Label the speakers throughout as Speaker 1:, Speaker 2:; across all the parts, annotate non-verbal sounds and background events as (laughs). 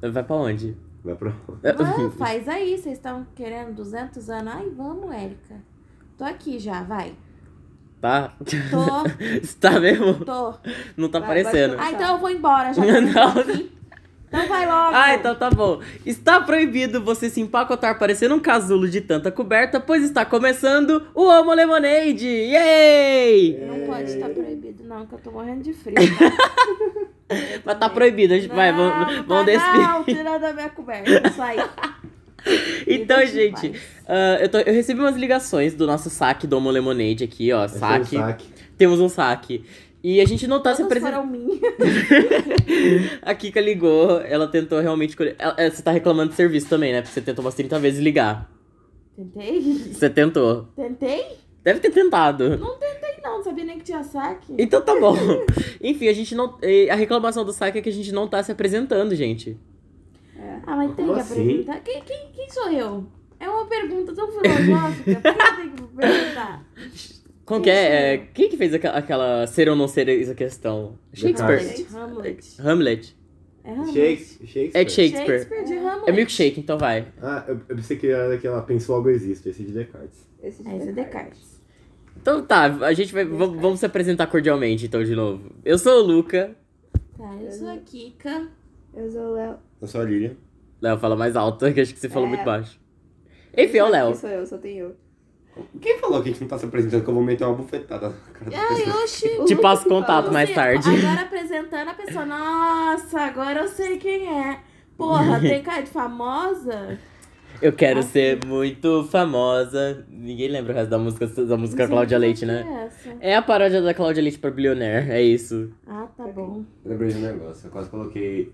Speaker 1: Vai pra onde?
Speaker 2: Vai pra onde?
Speaker 1: Não, (laughs)
Speaker 3: Não, faz aí, vocês estão querendo 200 anos? Ai, vamos, Érica. Tô aqui já, vai.
Speaker 1: Tá? (laughs)
Speaker 3: Tô,
Speaker 1: tá mesmo?
Speaker 3: tô.
Speaker 1: Não tá
Speaker 4: Vai,
Speaker 1: aparecendo. (laughs)
Speaker 4: vai
Speaker 3: Ah, então eu vou embora já.
Speaker 1: Não.
Speaker 3: Então vai logo.
Speaker 1: Ah, então tá bom. Está proibido você se empacotar parecendo um casulo de tanta coberta, pois está começando o Homo Lemonade! Yay!
Speaker 3: Não pode estar
Speaker 1: É.
Speaker 3: proibido, não, que eu tô morrendo de frio.
Speaker 1: (laughs) Mas tá proibido, a gente vai, vamos, vamos despedir.
Speaker 3: Não, tira da minha coberta, isso aí.
Speaker 1: (laughs) Então,
Speaker 3: Deixa em
Speaker 1: gente,
Speaker 3: paz.
Speaker 1: ah, eu, tô- eu recebi umas ligações do nosso saque do Homo Lemonade aqui, ó.
Speaker 2: Vai ser um
Speaker 1: Saque.
Speaker 2: saque.
Speaker 1: Temos um saque. E a gente não tá se
Speaker 3: Todas
Speaker 1: apresentando.
Speaker 3: foram minhas.
Speaker 1: (laughs) A Kika ligou, ela tentou realmente. colher- ela- é, você tá reclamando de serviço também, né? Porque você tentou umas 30 vezes ligar.
Speaker 3: Tentei?
Speaker 1: Você tentou.
Speaker 3: Tentei?
Speaker 1: Deve ter tentado.
Speaker 3: Tentei não, não sabia nem que tinha saque.
Speaker 1: Então tá bom. Enfim, a gente não. eh, A reclamação do saque é que a gente não tá se apresentando, gente.
Speaker 3: Ah, mas tem
Speaker 2: Como
Speaker 3: que
Speaker 2: assim?
Speaker 3: apresentar. Quem, quem, quem sou eu? É uma pergunta tão filosófica. Por que eu tenho que perguntar?
Speaker 1: Como que é? é,
Speaker 3: Isso.
Speaker 1: Quem que fez aquela, aquela ser ou não ser essa questão? (laughs) Shakespeare.
Speaker 2: Descartes.
Speaker 3: Hamlet. Hamlet.
Speaker 1: Hamlet.
Speaker 3: É Hamlet.
Speaker 1: É
Speaker 2: Shakespeare. Shakespeare.
Speaker 1: Shakespeare.
Speaker 3: Shakespeare de Hamlet.
Speaker 1: É milkshake, então vai.
Speaker 2: Ah, eu, eu pensei que era que ela pensou algo existe, esse de Descartes.
Speaker 4: Esse
Speaker 3: É, esse é Descartes.
Speaker 1: Então tá, a gente vai. va- Vamos se apresentar cordialmente, então, de novo. Eu sou o Luca.
Speaker 3: Tá, eu sou a Kika.
Speaker 4: Eu sou o Léo.
Speaker 2: Eu sou a Lilian.
Speaker 1: Léo, fala mais alto, (laughs) que eu acho que você falou
Speaker 4: É.
Speaker 1: muito baixo. Enfim, é o
Speaker 4: Aqui
Speaker 1: Léo.
Speaker 4: Sou eu, só tenho eu.
Speaker 2: Quem falou que a gente não tá se apresentando que eu vou meter uma bufetada na cara da pessoa?
Speaker 3: Ai, oxi.
Speaker 1: Te
Speaker 4: Luca
Speaker 1: passo
Speaker 4: que
Speaker 1: contato
Speaker 4: falou.
Speaker 1: Tipo, um mais
Speaker 3: Você- é
Speaker 1: tarde.
Speaker 3: Agora apresentando a pessoa. Nossa, agora eu sei quem é.
Speaker 1: (laughs)
Speaker 3: Porra, tem cara de famosa?
Speaker 1: Eu quero
Speaker 3: Assim.
Speaker 1: ser muito famosa. Ninguém lembra o resto da música, da música Cláudia Leite, né? É a paródia da Cláudia Leite pra Billionaire, é isso.
Speaker 3: Ah, tá bom.
Speaker 2: Eu lembrei de um negócio, eu quase coloquei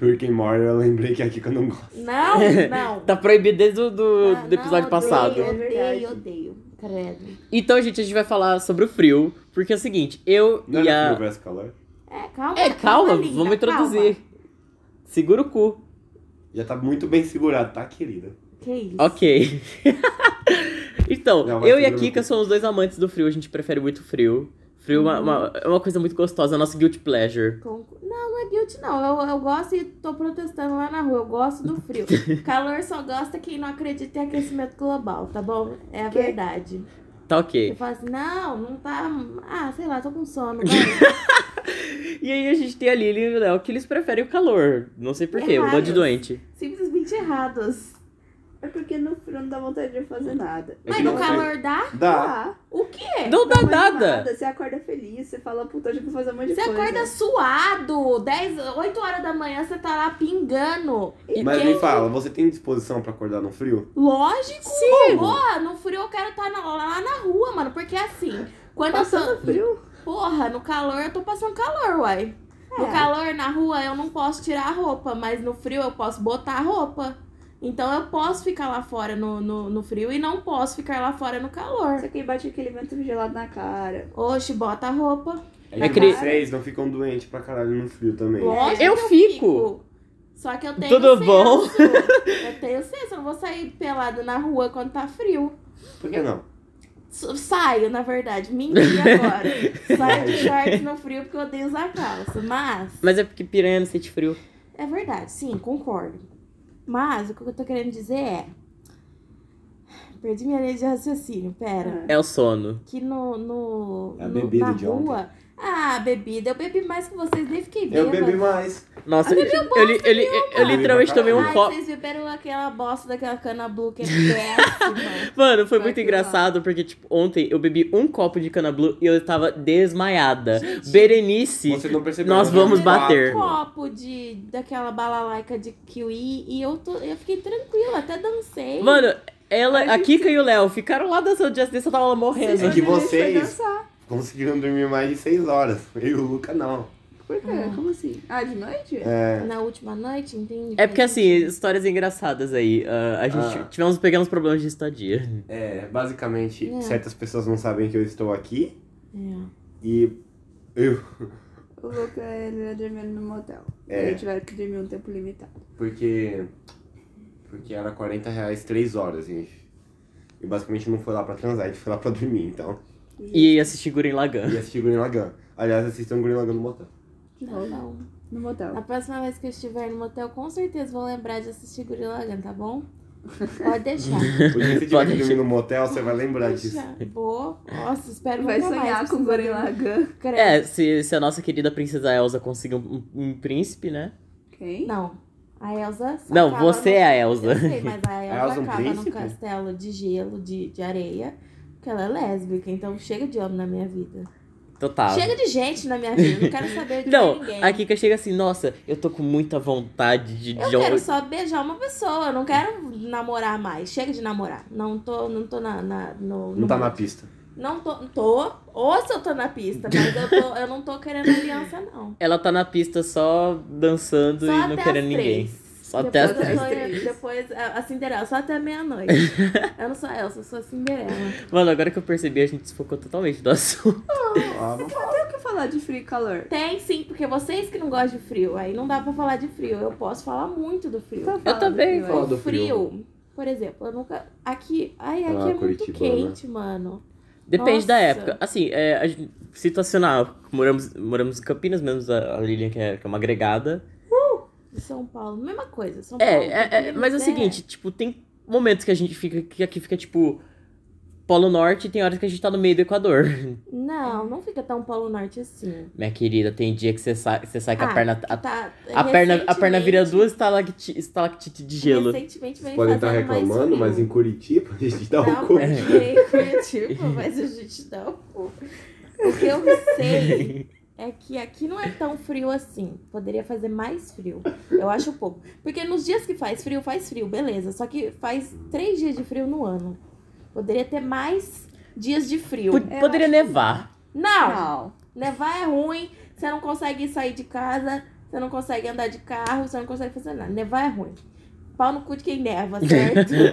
Speaker 2: Rick and Morty, eu lembrei que é aqui que eu não gosto.
Speaker 3: Não, não.
Speaker 1: (laughs) Tá proibido desde o do,
Speaker 3: Ah,
Speaker 1: do episódio
Speaker 3: não,
Speaker 1: passado.
Speaker 3: Odeio,
Speaker 4: É
Speaker 3: odeio, odeio. Credo.
Speaker 1: Então, gente, a gente vai falar sobre o frio, porque é o seguinte, eu
Speaker 2: Não
Speaker 1: e
Speaker 2: era
Speaker 1: a.
Speaker 2: Frio versus Calor?
Speaker 3: É, calma.
Speaker 1: É, calma,
Speaker 3: linda,
Speaker 1: vamos introduzir. Segura o cu.
Speaker 2: Já tá muito bem segurado, tá, querida?
Speaker 3: calma. Que isso?
Speaker 1: Ok. (laughs) então,
Speaker 2: Não, mas
Speaker 1: eu e a
Speaker 2: segura o
Speaker 1: Kika
Speaker 2: cu.
Speaker 1: somos dois amantes do frio, a gente prefere muito frio. Frio é uma, uma-
Speaker 3: Uhum.
Speaker 1: é uma coisa muito gostosa, é nosso guilty pleasure.
Speaker 3: Concu- Não, não é guilty, não. Eu, eu gosto e tô protestando lá na rua. Eu gosto do frio.
Speaker 1: (laughs)
Speaker 3: Calor só gosta quem não acredita em aquecimento global, tá bom? É a
Speaker 4: Que?
Speaker 3: verdade.
Speaker 1: Tá
Speaker 3: Você
Speaker 1: ok.
Speaker 3: fala assim, não, não tá. Ah, sei lá, tô com sono. tá?"
Speaker 1: (laughs)
Speaker 3: vai.
Speaker 1: E aí a gente tem a Lily e o Léo, que eles preferem o calor. Não sei porquê, o bode
Speaker 3: Errados.
Speaker 1: doente.
Speaker 3: Simplesmente errados.
Speaker 4: É porque no frio não dá vontade de fazer nada.
Speaker 2: É
Speaker 3: Mas
Speaker 2: que
Speaker 3: no
Speaker 2: não sei.
Speaker 3: calor dá?
Speaker 4: Ah,
Speaker 2: Dá.
Speaker 3: O quê?
Speaker 1: Não dá
Speaker 3: é
Speaker 4: mais
Speaker 1: nada.
Speaker 4: Você acorda feliz, você fala, puta, hoje eu vou fazer um monte de
Speaker 3: Você
Speaker 4: coisa.
Speaker 3: acorda suado, 10, 8 horas da manhã você tá lá pingando.
Speaker 2: Mas me
Speaker 3: Quem-
Speaker 2: fala, você tem disposição pra acordar no frio?
Speaker 3: Lógico,
Speaker 1: Sim.
Speaker 3: porra, no frio eu quero estar lá na rua, mano, porque assim, quando eu
Speaker 4: Passando
Speaker 3: tô,
Speaker 4: frio.
Speaker 3: Porra, no calor eu tô passando calor, uai. No
Speaker 4: É.
Speaker 3: calor na rua eu não posso tirar a roupa, mas no frio eu posso botar a roupa. Então eu posso ficar lá fora no, no, no frio e não posso ficar lá fora no calor.
Speaker 4: Só que aí bate aquele vento gelado na cara.
Speaker 3: Oxe, bota a roupa.
Speaker 2: É
Speaker 1: Mas,
Speaker 2: que
Speaker 1: Cris-
Speaker 2: vocês não ficam doentes pra caralho no frio também.
Speaker 3: Lógico
Speaker 1: Eu
Speaker 3: que eu
Speaker 1: fico.
Speaker 3: fico. Só que eu tenho
Speaker 1: Tudo
Speaker 3: senso.
Speaker 1: bom?
Speaker 3: Eu tenho senso, eu não vou sair pelado na rua quando tá frio.
Speaker 2: Por que não?
Speaker 3: S- Saio, na verdade, menti agora.
Speaker 2: (laughs)
Speaker 3: Saio de shorts no frio porque eu odeio usar calça. Mas,
Speaker 1: Mas é porque piranha não sente frio.
Speaker 3: É verdade, sim, concordo. Mas o que eu tô querendo dizer é. Perdi minha linha de raciocínio, pera.
Speaker 4: Ah.
Speaker 1: É o sono.
Speaker 3: Que no. no
Speaker 2: É Ah. a
Speaker 3: no-
Speaker 2: bebida
Speaker 3: na
Speaker 2: de ontem.
Speaker 3: rua. Ah, bebida. Eu bebi mais que vocês, nem fiquei
Speaker 2: Eu
Speaker 3: bêbada.
Speaker 2: bebi mais.
Speaker 1: Nossa, eu, eu, li- eu, li- eu, eu literalmente tomei um
Speaker 3: Ai,
Speaker 1: copo.
Speaker 3: vocês beberam aquela bosta daquela cana blue que
Speaker 2: (laughs)
Speaker 3: é péssima.
Speaker 1: Mano, foi muito
Speaker 4: Vai que
Speaker 1: engraçado porque, tipo, ontem eu bebi um copo de cana blue e eu tava desmaiada. Berenice.
Speaker 2: Você não percebeu.
Speaker 1: Nós
Speaker 2: eu
Speaker 1: vamos
Speaker 2: bebi
Speaker 1: bater.
Speaker 3: Um
Speaker 2: quatro.
Speaker 3: copo de, daquela balalaica de kiwi e eu, tô, eu fiquei tranquila, até dancei.
Speaker 1: Mano, ela,
Speaker 4: Ai,
Speaker 1: a
Speaker 4: gente.
Speaker 1: Kika e o Léo ficaram lá dançando Just Dance, eu tava lá morrendo.
Speaker 2: É que
Speaker 4: Vocês
Speaker 2: vocês-
Speaker 4: foi dançar.
Speaker 2: Conseguiram dormir mais de 6 horas. Eu e o Luca não.
Speaker 4: Por quê?
Speaker 3: Ah.
Speaker 4: Como assim? Ah, de noite?
Speaker 2: É.
Speaker 3: Na última noite, entende?
Speaker 1: É porque, assim, histórias engraçadas aí. ah, a gente
Speaker 2: Ah.
Speaker 1: tivemos pequenos problemas de estadia.
Speaker 2: É, basicamente,
Speaker 3: É.
Speaker 2: certas pessoas não sabem que eu estou aqui
Speaker 3: É.
Speaker 2: e eu. (laughs)
Speaker 4: O Luca, ele era dormindo no motel.
Speaker 2: É.
Speaker 4: Ele tiveram que dormir um tempo limitado.
Speaker 2: Porque. Porque era 40 reais 3 horas, gente. E basicamente não foi lá pra transar, a gente foi lá pra dormir, então.
Speaker 1: E assistir Guren Lagan.
Speaker 2: E assistir Green Lagan. Aliás, assistam Green Lagan no motel.
Speaker 4: De
Speaker 3: Não,
Speaker 4: novo.
Speaker 3: não.
Speaker 4: No
Speaker 3: Tá Na
Speaker 4: motel.
Speaker 3: próxima vez que eu estiver no motel, com certeza vou lembrar de assistir Gorila Gun, tá bom?
Speaker 1: (laughs)
Speaker 3: Pode deixar.
Speaker 2: O dia que você tiver
Speaker 1: Pode
Speaker 2: que
Speaker 1: deixar.
Speaker 2: dormir no motel, você vai lembrar
Speaker 3: Pode
Speaker 2: disso.
Speaker 3: deixar. Vou. Nossa, espero
Speaker 4: Vai
Speaker 3: nunca
Speaker 4: sonhar
Speaker 3: mais
Speaker 4: com o
Speaker 3: precisar de-
Speaker 4: Gorilla Gun.
Speaker 3: Credo.
Speaker 1: É, se, se a nossa querida princesa Elsa conseguir um, um príncipe, né?
Speaker 4: Quem?
Speaker 3: Não. A Elsa. só
Speaker 1: Não,
Speaker 3: acaba
Speaker 1: você
Speaker 3: no-
Speaker 1: é a Elsa.
Speaker 3: Eu sei, mas a Elsa,
Speaker 2: Elsa é um
Speaker 3: acaba num
Speaker 2: príncipe?
Speaker 3: castelo de gelo, de, de areia, porque ela é lésbica, então chega de homem na minha vida.
Speaker 1: Total.
Speaker 3: Chega de gente na minha vida, eu não quero saber de
Speaker 1: Ah. Não,
Speaker 3: ninguém.
Speaker 1: a Kika chega assim, nossa, eu tô com muita vontade de
Speaker 3: Eu
Speaker 1: John.
Speaker 3: quero só beijar uma pessoa, eu não quero namorar mais. Chega de namorar. Não tô, não tô na, na- no,
Speaker 2: Não tá na pista.
Speaker 3: Não tô, tô. Ou se eu tô na pista, mas eu, tô, eu não tô querendo aliança, não.
Speaker 1: Ela tá na pista só dançando
Speaker 3: Só
Speaker 1: e não
Speaker 3: até
Speaker 1: querendo
Speaker 3: as
Speaker 1: ninguém.
Speaker 3: três.
Speaker 1: Só até as
Speaker 3: depois
Speaker 4: as
Speaker 3: eu tô-
Speaker 4: três.
Speaker 3: Depois, a a Cinderela, só
Speaker 1: (laughs)
Speaker 3: até meia-noite. eu não sou a Elsa, eu sou a Cinderela.
Speaker 1: Mano, agora que eu percebi, a gente desfocou totalmente do (laughs) assunto.
Speaker 2: Ah, não fala.
Speaker 4: Tem o que falar de free color?
Speaker 3: Tem sim, porque vocês que não gostam de frio, aí não dá pra falar de frio. Eu posso falar muito do frio.
Speaker 4: Então fala
Speaker 1: também,
Speaker 3: tá
Speaker 4: do
Speaker 2: fala
Speaker 4: Frio.
Speaker 2: Tá do frio.
Speaker 3: por exemplo, eu nunca. Aqui. Ai,
Speaker 2: Ah,
Speaker 3: aqui é muito
Speaker 2: Curitiba,
Speaker 3: quente, mano.
Speaker 1: Depende da
Speaker 3: Nossa.
Speaker 1: época. Assim, é, a gente- situacional. Moramos, moramos em Campinas, menos a a Lilian, que é, que é uma agregada.
Speaker 3: De São Paulo, mesma coisa. São Paulo.
Speaker 1: É, é, é,
Speaker 3: Campinas,
Speaker 1: mas é o
Speaker 3: Um né?
Speaker 1: seguinte, tipo, tem momentos que a gente fica, que aqui fica, tipo, Polo Norte e tem horas que a gente tá no meio do Equador. (laughs)
Speaker 3: Não, não fica tão Polo Norte assim.
Speaker 1: Minha querida, tem dia que você sai, você sai com a
Speaker 3: Ah,
Speaker 1: perna...
Speaker 3: que
Speaker 1: A,
Speaker 3: tá-
Speaker 1: a perna, a perna vira
Speaker 3: recentemente-
Speaker 1: duas estalacti- estalactite de gelo.
Speaker 3: Recentemente vem
Speaker 2: Vocês podem estar
Speaker 3: fazendo mais
Speaker 2: reclamando,
Speaker 3: frio.
Speaker 2: mas em Curitiba a gente dá
Speaker 3: Não,
Speaker 2: um cu. (laughs)
Speaker 3: mas é tipo, mas a gente dá um pouco. O que eu sei é que aqui não é tão frio assim. Poderia fazer mais frio. Eu acho pouco. Porque nos dias que faz frio, faz frio, beleza. Só que faz três dias de frio no ano. Poderia ter mais dias de frio.
Speaker 1: Pod-
Speaker 4: Eu
Speaker 1: Poderia
Speaker 4: acho que
Speaker 1: nevar.
Speaker 3: Não!
Speaker 4: Não.
Speaker 3: Nevar é ruim, você não consegue sair de casa, você não consegue andar de carro, você não consegue fazer nada. Nevar é ruim. Pau no cu de quem neva,
Speaker 4: (laughs)
Speaker 3: certo?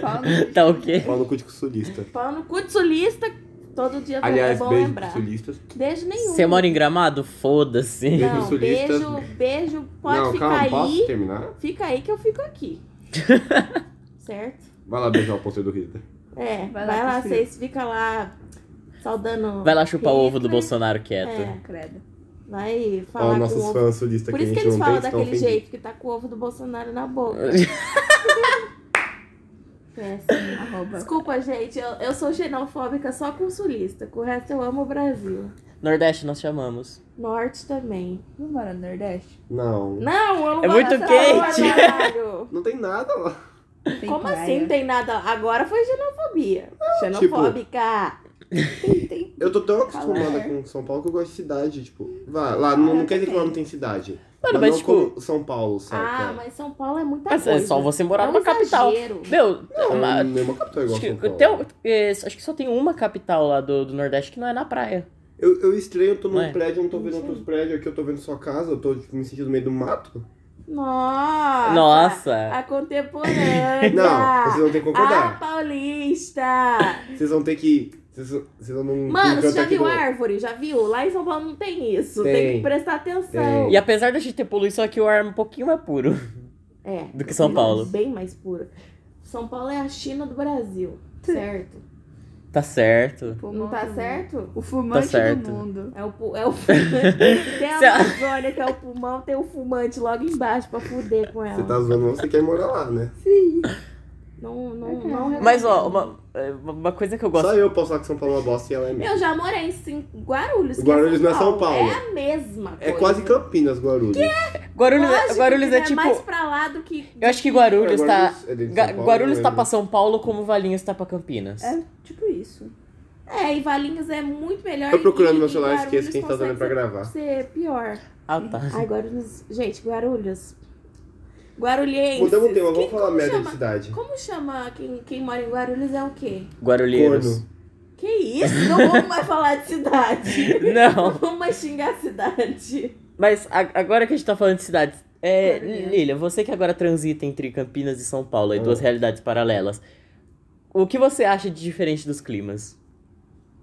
Speaker 1: (laughs)
Speaker 4: Fala do Frio.
Speaker 1: Tá ok?
Speaker 2: Fala no cu de sulista.
Speaker 3: Pau no cu de sulista, todo dia é
Speaker 2: Aliás,
Speaker 3: bom
Speaker 2: beijo
Speaker 3: lembrar.
Speaker 2: pros sulistas.
Speaker 3: Beijo nenhum.
Speaker 1: Você mora em Gramado? Foda-se.
Speaker 2: Beijo
Speaker 3: Não,
Speaker 2: sulistas.
Speaker 3: beijo, beijo, pode
Speaker 2: não,
Speaker 3: ficar
Speaker 2: calma,
Speaker 3: aí.
Speaker 2: posso terminar?
Speaker 3: Fica aí que eu
Speaker 1: (laughs)
Speaker 3: fico aqui. certo?
Speaker 2: Vai lá beijar o pôster do Hitler.
Speaker 3: É, vai,
Speaker 4: Vai lá pro
Speaker 3: lá,
Speaker 4: frio.
Speaker 3: vocês ficam lá saudando.
Speaker 1: Vai lá chupar o ovo do
Speaker 3: Hitler.
Speaker 1: Bolsonaro quieto.
Speaker 3: né? É,
Speaker 4: Credo.
Speaker 3: vai falar
Speaker 2: Ó,
Speaker 3: com
Speaker 2: nossos
Speaker 3: o ovo.
Speaker 2: fãs sulistas
Speaker 3: Por
Speaker 2: que a
Speaker 3: isso que
Speaker 2: gente
Speaker 3: eles
Speaker 2: não tem
Speaker 3: falam
Speaker 2: estão
Speaker 3: daquele
Speaker 2: ofendidos.
Speaker 3: jeito, que tá com o ovo do Bolsonaro
Speaker 1: (laughs)
Speaker 3: na boca. Péssimo.
Speaker 4: Arroba.
Speaker 3: Desculpa, gente, eu, eu sou xenofóbica só com sulista, com o resto eu amo o Brasil.
Speaker 1: Nordeste nós chamamos.
Speaker 3: Tá Norte também.
Speaker 4: Não mora no Nordeste?
Speaker 2: Não.
Speaker 3: Não, eu não
Speaker 1: É
Speaker 3: vou
Speaker 1: muito
Speaker 3: nessa
Speaker 1: quente.
Speaker 3: hora, caralho.
Speaker 2: Não tem nada lá.
Speaker 4: Tem
Speaker 3: Como
Speaker 4: praia.
Speaker 3: assim não tem nada? Agora foi xenofobia. Xenofóbica.
Speaker 1: tipo,
Speaker 4: Tem, tem.
Speaker 2: Eu tô tão
Speaker 4: Calor.
Speaker 2: acostumada com São Paulo que eu gosto de cidade, tipo. Vai, lá, não, não
Speaker 4: eu
Speaker 2: quer dizer que lá
Speaker 4: também.
Speaker 2: não tem cidade.
Speaker 1: Mano, mas,
Speaker 2: não
Speaker 1: tipo-
Speaker 2: como São Paulo, sabe?
Speaker 3: Ah,
Speaker 2: cara?
Speaker 3: mas São Paulo é muita
Speaker 1: Mas
Speaker 3: coisa.
Speaker 1: é só você morar
Speaker 3: É um
Speaker 1: numa capital.
Speaker 3: exagero.
Speaker 1: Meu,
Speaker 2: Não,
Speaker 1: uma-
Speaker 2: nenhuma capital é
Speaker 1: acho,
Speaker 2: igual a
Speaker 1: que,
Speaker 2: São Paulo.
Speaker 1: tem um- é, acho que só tem uma capital lá do, do Nordeste que não é na praia.
Speaker 2: Eu, eu estranho, eu tô num
Speaker 1: Ué.
Speaker 2: prédio, eu não tô vendo
Speaker 3: Não sei.
Speaker 2: outros prédios, aqui eu tô vendo sua casa, eu tô tipo, me sentindo no meio do mato.
Speaker 3: Nossa.
Speaker 1: Nossa!
Speaker 3: A contemporânea.
Speaker 2: Não, vocês vão ter que
Speaker 3: A
Speaker 2: concordar.
Speaker 3: paulista.
Speaker 2: Vocês vão ter que. Vocês, vocês vão
Speaker 1: Hum,
Speaker 2: num.
Speaker 3: Ah. Mano,
Speaker 2: num
Speaker 3: você
Speaker 2: canto
Speaker 1: é
Speaker 3: já
Speaker 2: aqui
Speaker 3: viu
Speaker 2: do-
Speaker 3: árvore? Já viu? Lá em São Paulo não tem isso. Tem,
Speaker 2: Tem.
Speaker 3: que prestar atenção.
Speaker 2: Tem.
Speaker 1: E apesar da gente ter poluição aqui, o ar é um pouquinho mais puro (laughs)
Speaker 3: É.
Speaker 1: do que São Paulo.
Speaker 3: Bem mais puro. São Paulo é a China do Brasil, certo?
Speaker 1: Tá certo.
Speaker 3: Não tá certo?
Speaker 4: Tipo, né? O fumante
Speaker 1: Tá certo.
Speaker 4: do mundo.
Speaker 3: É o, pu- é
Speaker 1: (laughs)
Speaker 3: o fumante. Tem a Amazônia, que é o pulmão, tem o fumante logo embaixo pra fuder com ela.
Speaker 2: Você tá zoando, mas você quer morar lá, né?
Speaker 4: Sim.
Speaker 3: Não, não, não
Speaker 1: Mas ó, uma, é, uma coisa que eu gosto.
Speaker 2: Só eu posso falar que São Paulo é uma bosta e ela é minha.
Speaker 3: Eu já morei em Cin- Guarulhos. que
Speaker 2: Guarulhos não é São Paulo.
Speaker 3: É a mesma coisa.
Speaker 2: É quase Campinas, Guarulhos.
Speaker 1: Guarulhos, é-
Speaker 3: Lógico
Speaker 1: Guarulhos
Speaker 3: que
Speaker 1: é
Speaker 3: não
Speaker 1: tipo.
Speaker 3: mais pra lá do que...
Speaker 1: Eu acho que Guarulhos tá.
Speaker 2: é dentro de
Speaker 1: Ga-
Speaker 2: São Paulo,
Speaker 1: Guarulhos
Speaker 2: né?
Speaker 1: tá pra São Paulo como Valinhos tá pra Campinas.
Speaker 4: É tipo isso.
Speaker 3: É, e Valinhos é muito melhor.
Speaker 2: Tô procurando
Speaker 3: e-
Speaker 2: meu
Speaker 3: e
Speaker 2: celular, esqueço
Speaker 3: Guarulhos
Speaker 2: quem tá dando pra
Speaker 3: consegue
Speaker 2: gravar.
Speaker 3: ser pior.
Speaker 1: Ah, tá.
Speaker 3: Ai, Guarulhos... Gente, Guarulhos... Guarulhenses.
Speaker 2: Mudamos o tema, vamos
Speaker 3: Quem-
Speaker 2: falar
Speaker 3: como
Speaker 2: merda de
Speaker 3: chama-
Speaker 2: cidade.
Speaker 3: Como chama quem, quem mora em Guarulhos é o quê?
Speaker 1: Guarulheiros.
Speaker 2: Corno.
Speaker 3: Que isso? Não vamos mais falar de cidade. Não
Speaker 1: (laughs) Não.
Speaker 3: vamos mais xingar a cidade.
Speaker 1: Mas a- agora que a gente tá falando de cidades, é,
Speaker 4: Maravilha.
Speaker 1: Lilia, você que agora transita entre Campinas e São Paulo, aí
Speaker 2: Ah.
Speaker 1: duas realidades paralelas, o que você acha de diferente dos climas?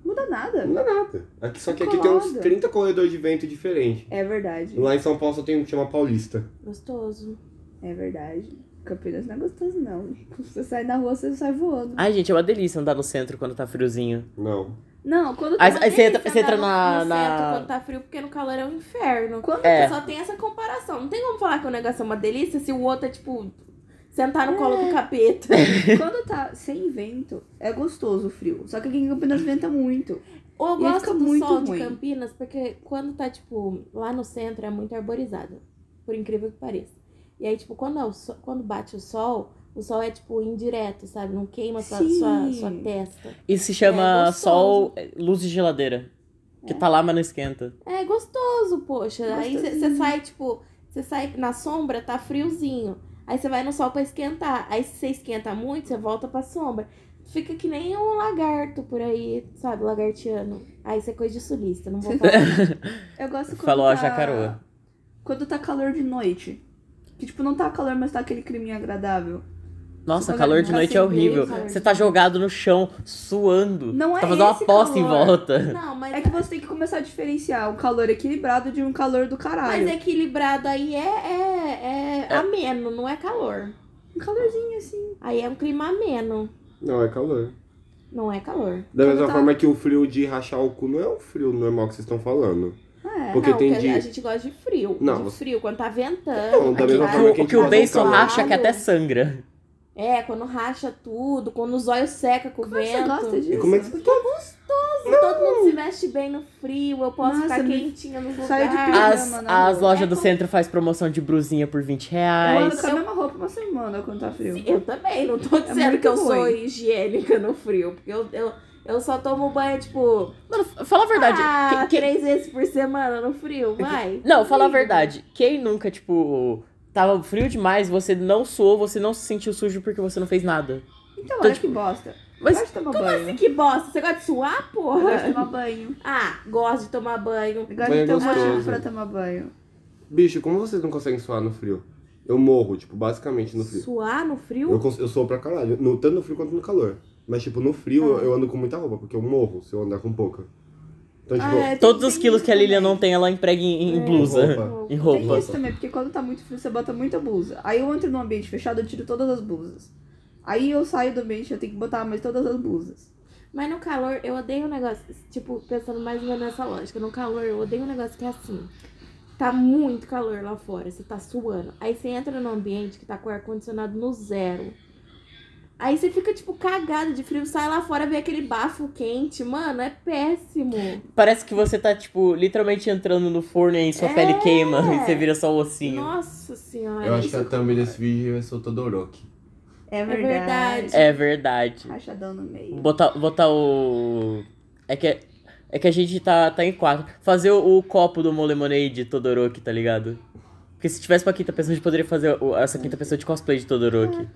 Speaker 4: Muda nada.
Speaker 2: Não é nada. Aqui, só que aqui tem uns
Speaker 4: Colado.
Speaker 2: 30 corredores de vento diferentes.
Speaker 4: É verdade.
Speaker 2: Lá em São Paulo só tem um que chama Paulista.
Speaker 3: Gostoso.
Speaker 4: É verdade. Campinas não (laughs) é gostoso, não. Você sai na rua, você sai voando.
Speaker 1: Ai, gente, é uma delícia andar no centro quando tá friozinho.
Speaker 2: Não.
Speaker 4: Não, quando
Speaker 1: Aí-
Speaker 4: tá-
Speaker 3: Uma
Speaker 1: você entra-
Speaker 3: delícia
Speaker 1: você entra
Speaker 3: é andar no-
Speaker 1: na-
Speaker 3: no
Speaker 1: na-
Speaker 3: centro quando tá frio, porque no calor é um inferno.
Speaker 4: Quando
Speaker 1: É.
Speaker 3: Só tem essa comparação. Não tem como falar que o negócio é uma delícia se o outro é, tipo, sentar no colo do
Speaker 1: (laughs)
Speaker 3: capeta.
Speaker 4: Quando tá sem vento, é gostoso o frio. Só que aqui em Campinas venta muito.
Speaker 3: Ou eu
Speaker 4: E aí
Speaker 3: gosto
Speaker 4: fica
Speaker 3: do
Speaker 4: muito
Speaker 3: sol
Speaker 4: ruim.
Speaker 3: de Campinas, porque quando tá, tipo, lá no centro é muito arborizado. Por incrível que pareça. E aí, tipo, quando, é o sol- quando bate o sol, o sol é, tipo, indireto, sabe? Não queima sua,
Speaker 4: Sim.
Speaker 3: sua, sua testa.
Speaker 1: Isso se
Speaker 3: É
Speaker 1: chama
Speaker 3: gostoso.
Speaker 1: sol, é, luz de geladeira. Que
Speaker 4: É.
Speaker 1: tá lá, mas não esquenta.
Speaker 3: É gostoso, poxa. Aí você
Speaker 4: Gostosinho.
Speaker 3: sai, tipo, você sai na sombra, tá friozinho. Aí você vai no sol pra esquentar. Aí se você esquenta muito, você volta pra sombra. Fica que nem um lagarto por aí, sabe? Lagartiano. Aí isso é coisa de sulista, não vou falar.
Speaker 1: (laughs)
Speaker 4: Eu gosto quando
Speaker 1: Falou
Speaker 4: tá...
Speaker 1: a Jacaroa.
Speaker 4: Quando tá calor de noite. Que, tipo, não tá calor, mas tá aquele climinha agradável.
Speaker 1: Nossa,
Speaker 4: Você
Speaker 1: calor
Speaker 4: vai
Speaker 1: de
Speaker 4: ficar
Speaker 1: noite é
Speaker 3: sem
Speaker 1: horrível.
Speaker 3: ver, calor
Speaker 1: Você
Speaker 3: de
Speaker 1: tá jogado no chão, suando.
Speaker 4: Não
Speaker 1: tá
Speaker 4: é
Speaker 1: fazendo
Speaker 4: esse
Speaker 1: uma poça em
Speaker 4: calor.
Speaker 1: volta.
Speaker 3: Não, mas,
Speaker 4: É que você tem que começar a diferenciar o calor equilibrado de um calor do caralho.
Speaker 3: mas equilibrado aí é, é, é ameno, não é calor.
Speaker 4: Um calorzinho assim.
Speaker 3: Aí é um clima ameno,
Speaker 2: Não, é calor.
Speaker 3: não é calor.
Speaker 2: Da mesma
Speaker 4: tá-
Speaker 2: forma que o frio de rachar o cu não é o frio normal que vocês estão falando.
Speaker 4: É.
Speaker 2: Porque
Speaker 3: Ah, não,
Speaker 2: tem
Speaker 3: porque a
Speaker 2: dia-
Speaker 3: gente gosta de frio.
Speaker 2: Não.
Speaker 3: De frio, quando tá
Speaker 2: Não,
Speaker 3: ventando.
Speaker 2: da
Speaker 3: aqui
Speaker 2: mesma
Speaker 3: tá-
Speaker 2: forma
Speaker 1: O
Speaker 2: que
Speaker 1: que,
Speaker 2: a
Speaker 1: o
Speaker 2: gente
Speaker 1: que o
Speaker 2: faz um
Speaker 1: beiço
Speaker 2: calor.
Speaker 1: racha que até sangra.
Speaker 3: É, quando racha tudo, quando os olhos secam com o
Speaker 4: Mas
Speaker 3: vento.
Speaker 4: você gosta disso?
Speaker 2: E como é que você tá?
Speaker 3: Todo mundo se veste bem no frio, eu posso
Speaker 4: Nossa,
Speaker 3: ficar
Speaker 4: me-
Speaker 3: quentinha no lugar.
Speaker 4: Saia de pijama.
Speaker 1: As,
Speaker 4: na
Speaker 1: as
Speaker 4: rua.
Speaker 1: lojas
Speaker 3: É
Speaker 1: do
Speaker 3: como-
Speaker 1: centro faz promoção de brusinha por 20
Speaker 4: Eu
Speaker 1: reais.
Speaker 4: ando com a mesma roupa uma semana quando tá frio.
Speaker 3: Eu também, não tô dizendo
Speaker 4: É muito
Speaker 3: que eu
Speaker 4: ruim.
Speaker 3: sou higiênica no frio, porque eu, eu, eu só tomo banho, tipo,
Speaker 1: Mano, fala a verdade.
Speaker 3: ah,
Speaker 1: que- que-
Speaker 3: três vezes por semana no
Speaker 4: É
Speaker 3: frio, vai.
Speaker 1: Não, fala a verdade. Quem nunca, tipo, tava frio demais, você não suou, você não se sentiu sujo porque você não fez nada.
Speaker 4: Então,
Speaker 1: Tô,
Speaker 4: olha
Speaker 1: tipo,
Speaker 4: que bosta.
Speaker 1: Mas assim
Speaker 4: eu gosto de tomar
Speaker 3: Mas
Speaker 4: banho.
Speaker 3: que bosta, você gosta de suar,
Speaker 4: Eu gosto de
Speaker 3: porra?
Speaker 4: tomar banho.
Speaker 3: Ah, gosto de tomar banho.
Speaker 4: Eu gosto
Speaker 2: Banho
Speaker 4: de ter um
Speaker 2: gostoso.
Speaker 4: motivo pra tomar banho.
Speaker 2: Bicho, como vocês não conseguem suar no frio? Eu morro, tipo, basicamente no frio.
Speaker 3: Suar no frio?
Speaker 2: Eu, cons- eu sou pra caralho, no, tanto no frio quanto no calor. Mas, tipo, no frio eu, eu ando com muita roupa, porque eu morro se eu andar com pouca. Então, tipo,
Speaker 4: Ah, é, tem-
Speaker 1: todos
Speaker 4: tem
Speaker 1: os quilos
Speaker 4: isso
Speaker 1: que a Lilian
Speaker 4: também.
Speaker 1: não tem, ela emprega em, em
Speaker 3: É.
Speaker 1: blusa.
Speaker 2: Roupa.
Speaker 1: Em
Speaker 4: Tem
Speaker 1: roupa.
Speaker 4: isso também, porque quando tá muito frio, você bota muita blusa. Aí eu entro num ambiente fechado, eu tiro todas as blusas. Aí eu saio do ambiente, eu tenho que botar mais todas as blusas.
Speaker 3: Mas no calor, eu odeio um negócio. Tipo, pensando mais ou menos nessa lógica. No calor, eu odeio um negócio que é assim. Tá muito calor lá fora, você tá suando. Aí você entra num ambiente que tá com o ar-condicionado no zero. Aí você fica, tipo, cagado de frio, sai lá fora, vê aquele bafo quente. Mano, é péssimo.
Speaker 1: Parece que você tá, tipo, literalmente entrando no forno e aí sua
Speaker 3: É.
Speaker 1: pele queima e você vira só o ossinho.
Speaker 3: Nossa senhora.
Speaker 2: eu acho é que a thumb desse vídeo é Soto Todoroki.
Speaker 4: É
Speaker 3: verdade.
Speaker 1: É verdade.
Speaker 4: Rachadão no meio.
Speaker 1: Botar, botar o. É que, é que a gente tá, tá em quatro. Fazer o, o copo do Mo Lemonade Todoroki, tá ligado? Porque se tivesse pra quinta pessoa, a gente poderia fazer o- essa quinta pessoa de cosplay de Todoroki.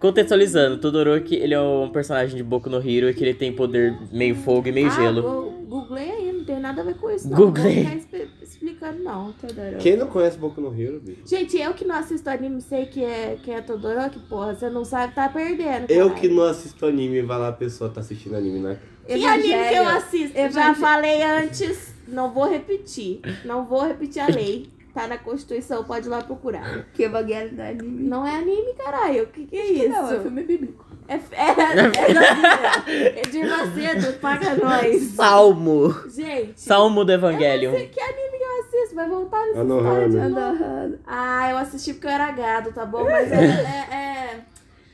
Speaker 1: Contextualizando, Todoroki, ele é um personagem de Boku no Hero e que ele tem poder meio fogo e meio
Speaker 3: ah,
Speaker 1: gelo.
Speaker 3: go- Googlei aí, não tem nada a ver com isso. Não.
Speaker 1: Googlei.
Speaker 3: Não vou ficar expli- explicando, não.
Speaker 4: Todoroki.
Speaker 2: Quem não conhece Boku no Hero, bicho?
Speaker 3: Gente, eu que não assisto anime sei que é, que é Todoroki, porra, você não sabe, tá perdendo.
Speaker 2: Eu
Speaker 3: caralho.
Speaker 2: que não assisto anime, vai lá a pessoa tá assistindo anime, né?
Speaker 3: Que anime que eu assisto? Eu Já
Speaker 4: Evangelho.
Speaker 3: falei antes, não vou repetir. Não vou repetir a lei. Tá na Constituição, pode ir lá procurar.
Speaker 4: Que evangelho do anime.
Speaker 3: Não é anime, caralho. O que, que é isso?
Speaker 4: Não, é filme bíblico.
Speaker 3: é, é, é, é de Macedo, (laughs) paga nós.
Speaker 1: Salmo!
Speaker 3: Gente,
Speaker 1: Salmo do
Speaker 3: eu não sei
Speaker 1: Evangelion.
Speaker 3: que anime que eu assisto, vai voltar nessa
Speaker 2: Anohana.
Speaker 3: história de novo.
Speaker 4: Adorado.
Speaker 3: Ah, eu assisti porque eu era gado, tá bom? Mas é, é- é-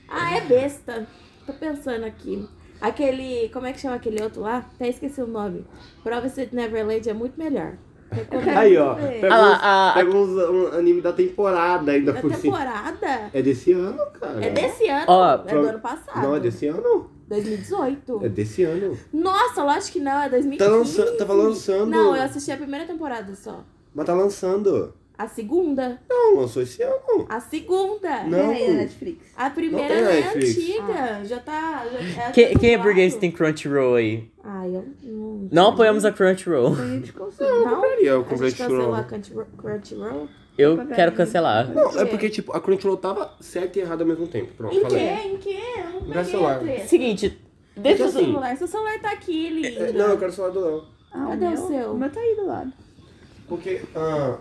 Speaker 3: Ah, é besta. Tô pensando aqui. Aquele. Como é que chama aquele outro lá? Até esqueci o nome. Promise de Neverland é muito melhor. Recomendo.
Speaker 2: Aí, ó.
Speaker 4: muito bem.
Speaker 2: Pega,
Speaker 1: Ah lá,
Speaker 2: uns,
Speaker 1: a- a-
Speaker 2: pega uns- um anime da temporada ainda
Speaker 3: Da
Speaker 2: por cima.
Speaker 3: temporada?
Speaker 2: É desse ano, cara.
Speaker 3: É desse ano.
Speaker 1: Ó,
Speaker 3: é do
Speaker 2: pro-
Speaker 3: ano passado.
Speaker 2: Não, é desse ano.
Speaker 3: 2018.
Speaker 2: É desse ano.
Speaker 3: Nossa, lógico que não, é
Speaker 2: Tá
Speaker 3: 2015.
Speaker 2: lançando, tava lançando.
Speaker 3: Não, eu assisti a primeira temporada só.
Speaker 2: Mas tá lançando.
Speaker 3: A segunda?
Speaker 2: Não, lançou esse ano.
Speaker 3: A segunda!
Speaker 2: Não.
Speaker 4: Pera aí, na é Netflix.
Speaker 3: A primeira
Speaker 2: Não tem
Speaker 3: é
Speaker 2: Netflix.
Speaker 3: antiga. Já tá. Já, é
Speaker 1: Quem, quem é
Speaker 3: atualizado.
Speaker 1: burguês que tem Crunchyroll aí?
Speaker 3: Ah, eu não.
Speaker 1: Não apoiamos a Crunchyroll.
Speaker 4: Foi de consumo.
Speaker 3: Não?
Speaker 2: Compraria, eu
Speaker 3: A
Speaker 2: comprei
Speaker 3: gente cancelou a
Speaker 2: Crunchyroll.
Speaker 3: Crunchyro- Crunchyroll?
Speaker 1: Eu quero cancelar.
Speaker 2: Não, é porque, tipo, a Crunchyroll tava certa e errada ao mesmo tempo. Pronto,
Speaker 3: Em que?
Speaker 2: falei.
Speaker 3: Em que? Eu não peguei
Speaker 2: Pra celular.
Speaker 3: a treta.
Speaker 1: Seguinte, deixa
Speaker 3: Seu
Speaker 1: eu.
Speaker 2: assim-
Speaker 3: celular. Seu celular tá aqui, lindo.
Speaker 2: É, Não, eu quero falar do Léo.
Speaker 4: Ah,
Speaker 3: Cadê o
Speaker 4: meu?
Speaker 3: seu?
Speaker 4: O meu tá aí do lado.
Speaker 2: Porque ah,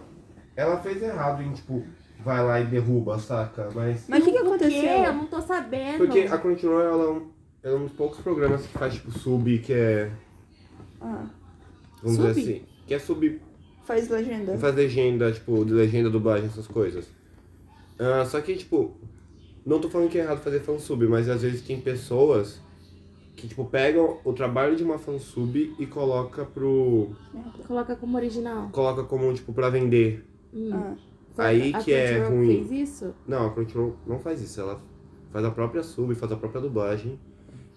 Speaker 2: ela fez errado em, tipo, vai lá e derruba, saca? Mas.
Speaker 4: Mas o que, que
Speaker 3: Por quê?
Speaker 4: aconteceu?
Speaker 3: Eu não tô sabendo.
Speaker 2: Porque a Crunchyroll ela é um, ela é um dos poucos programas que faz, tipo, sub, que é
Speaker 4: Ah,
Speaker 2: Vamos
Speaker 3: Sub.
Speaker 2: dizer assim. Quer subir
Speaker 4: faz legenda.
Speaker 2: faz legenda, tipo, de legenda, dublagem, essas coisas. Ah, só que, tipo, não tô falando que é errado fazer fansub, mas às vezes tem pessoas que, tipo, pegam o trabalho de uma fansub e coloca pro.
Speaker 3: Coloca como original.
Speaker 2: coloca como, tipo, pra vender.
Speaker 3: Hum.
Speaker 4: Ah,
Speaker 3: Foi
Speaker 2: Aí
Speaker 3: a- a
Speaker 2: que é
Speaker 3: Crunchyroll
Speaker 2: ruim.
Speaker 3: fez isso?
Speaker 2: Não, a Crunchyroll não faz isso, ela faz a própria sub, faz a própria dublagem.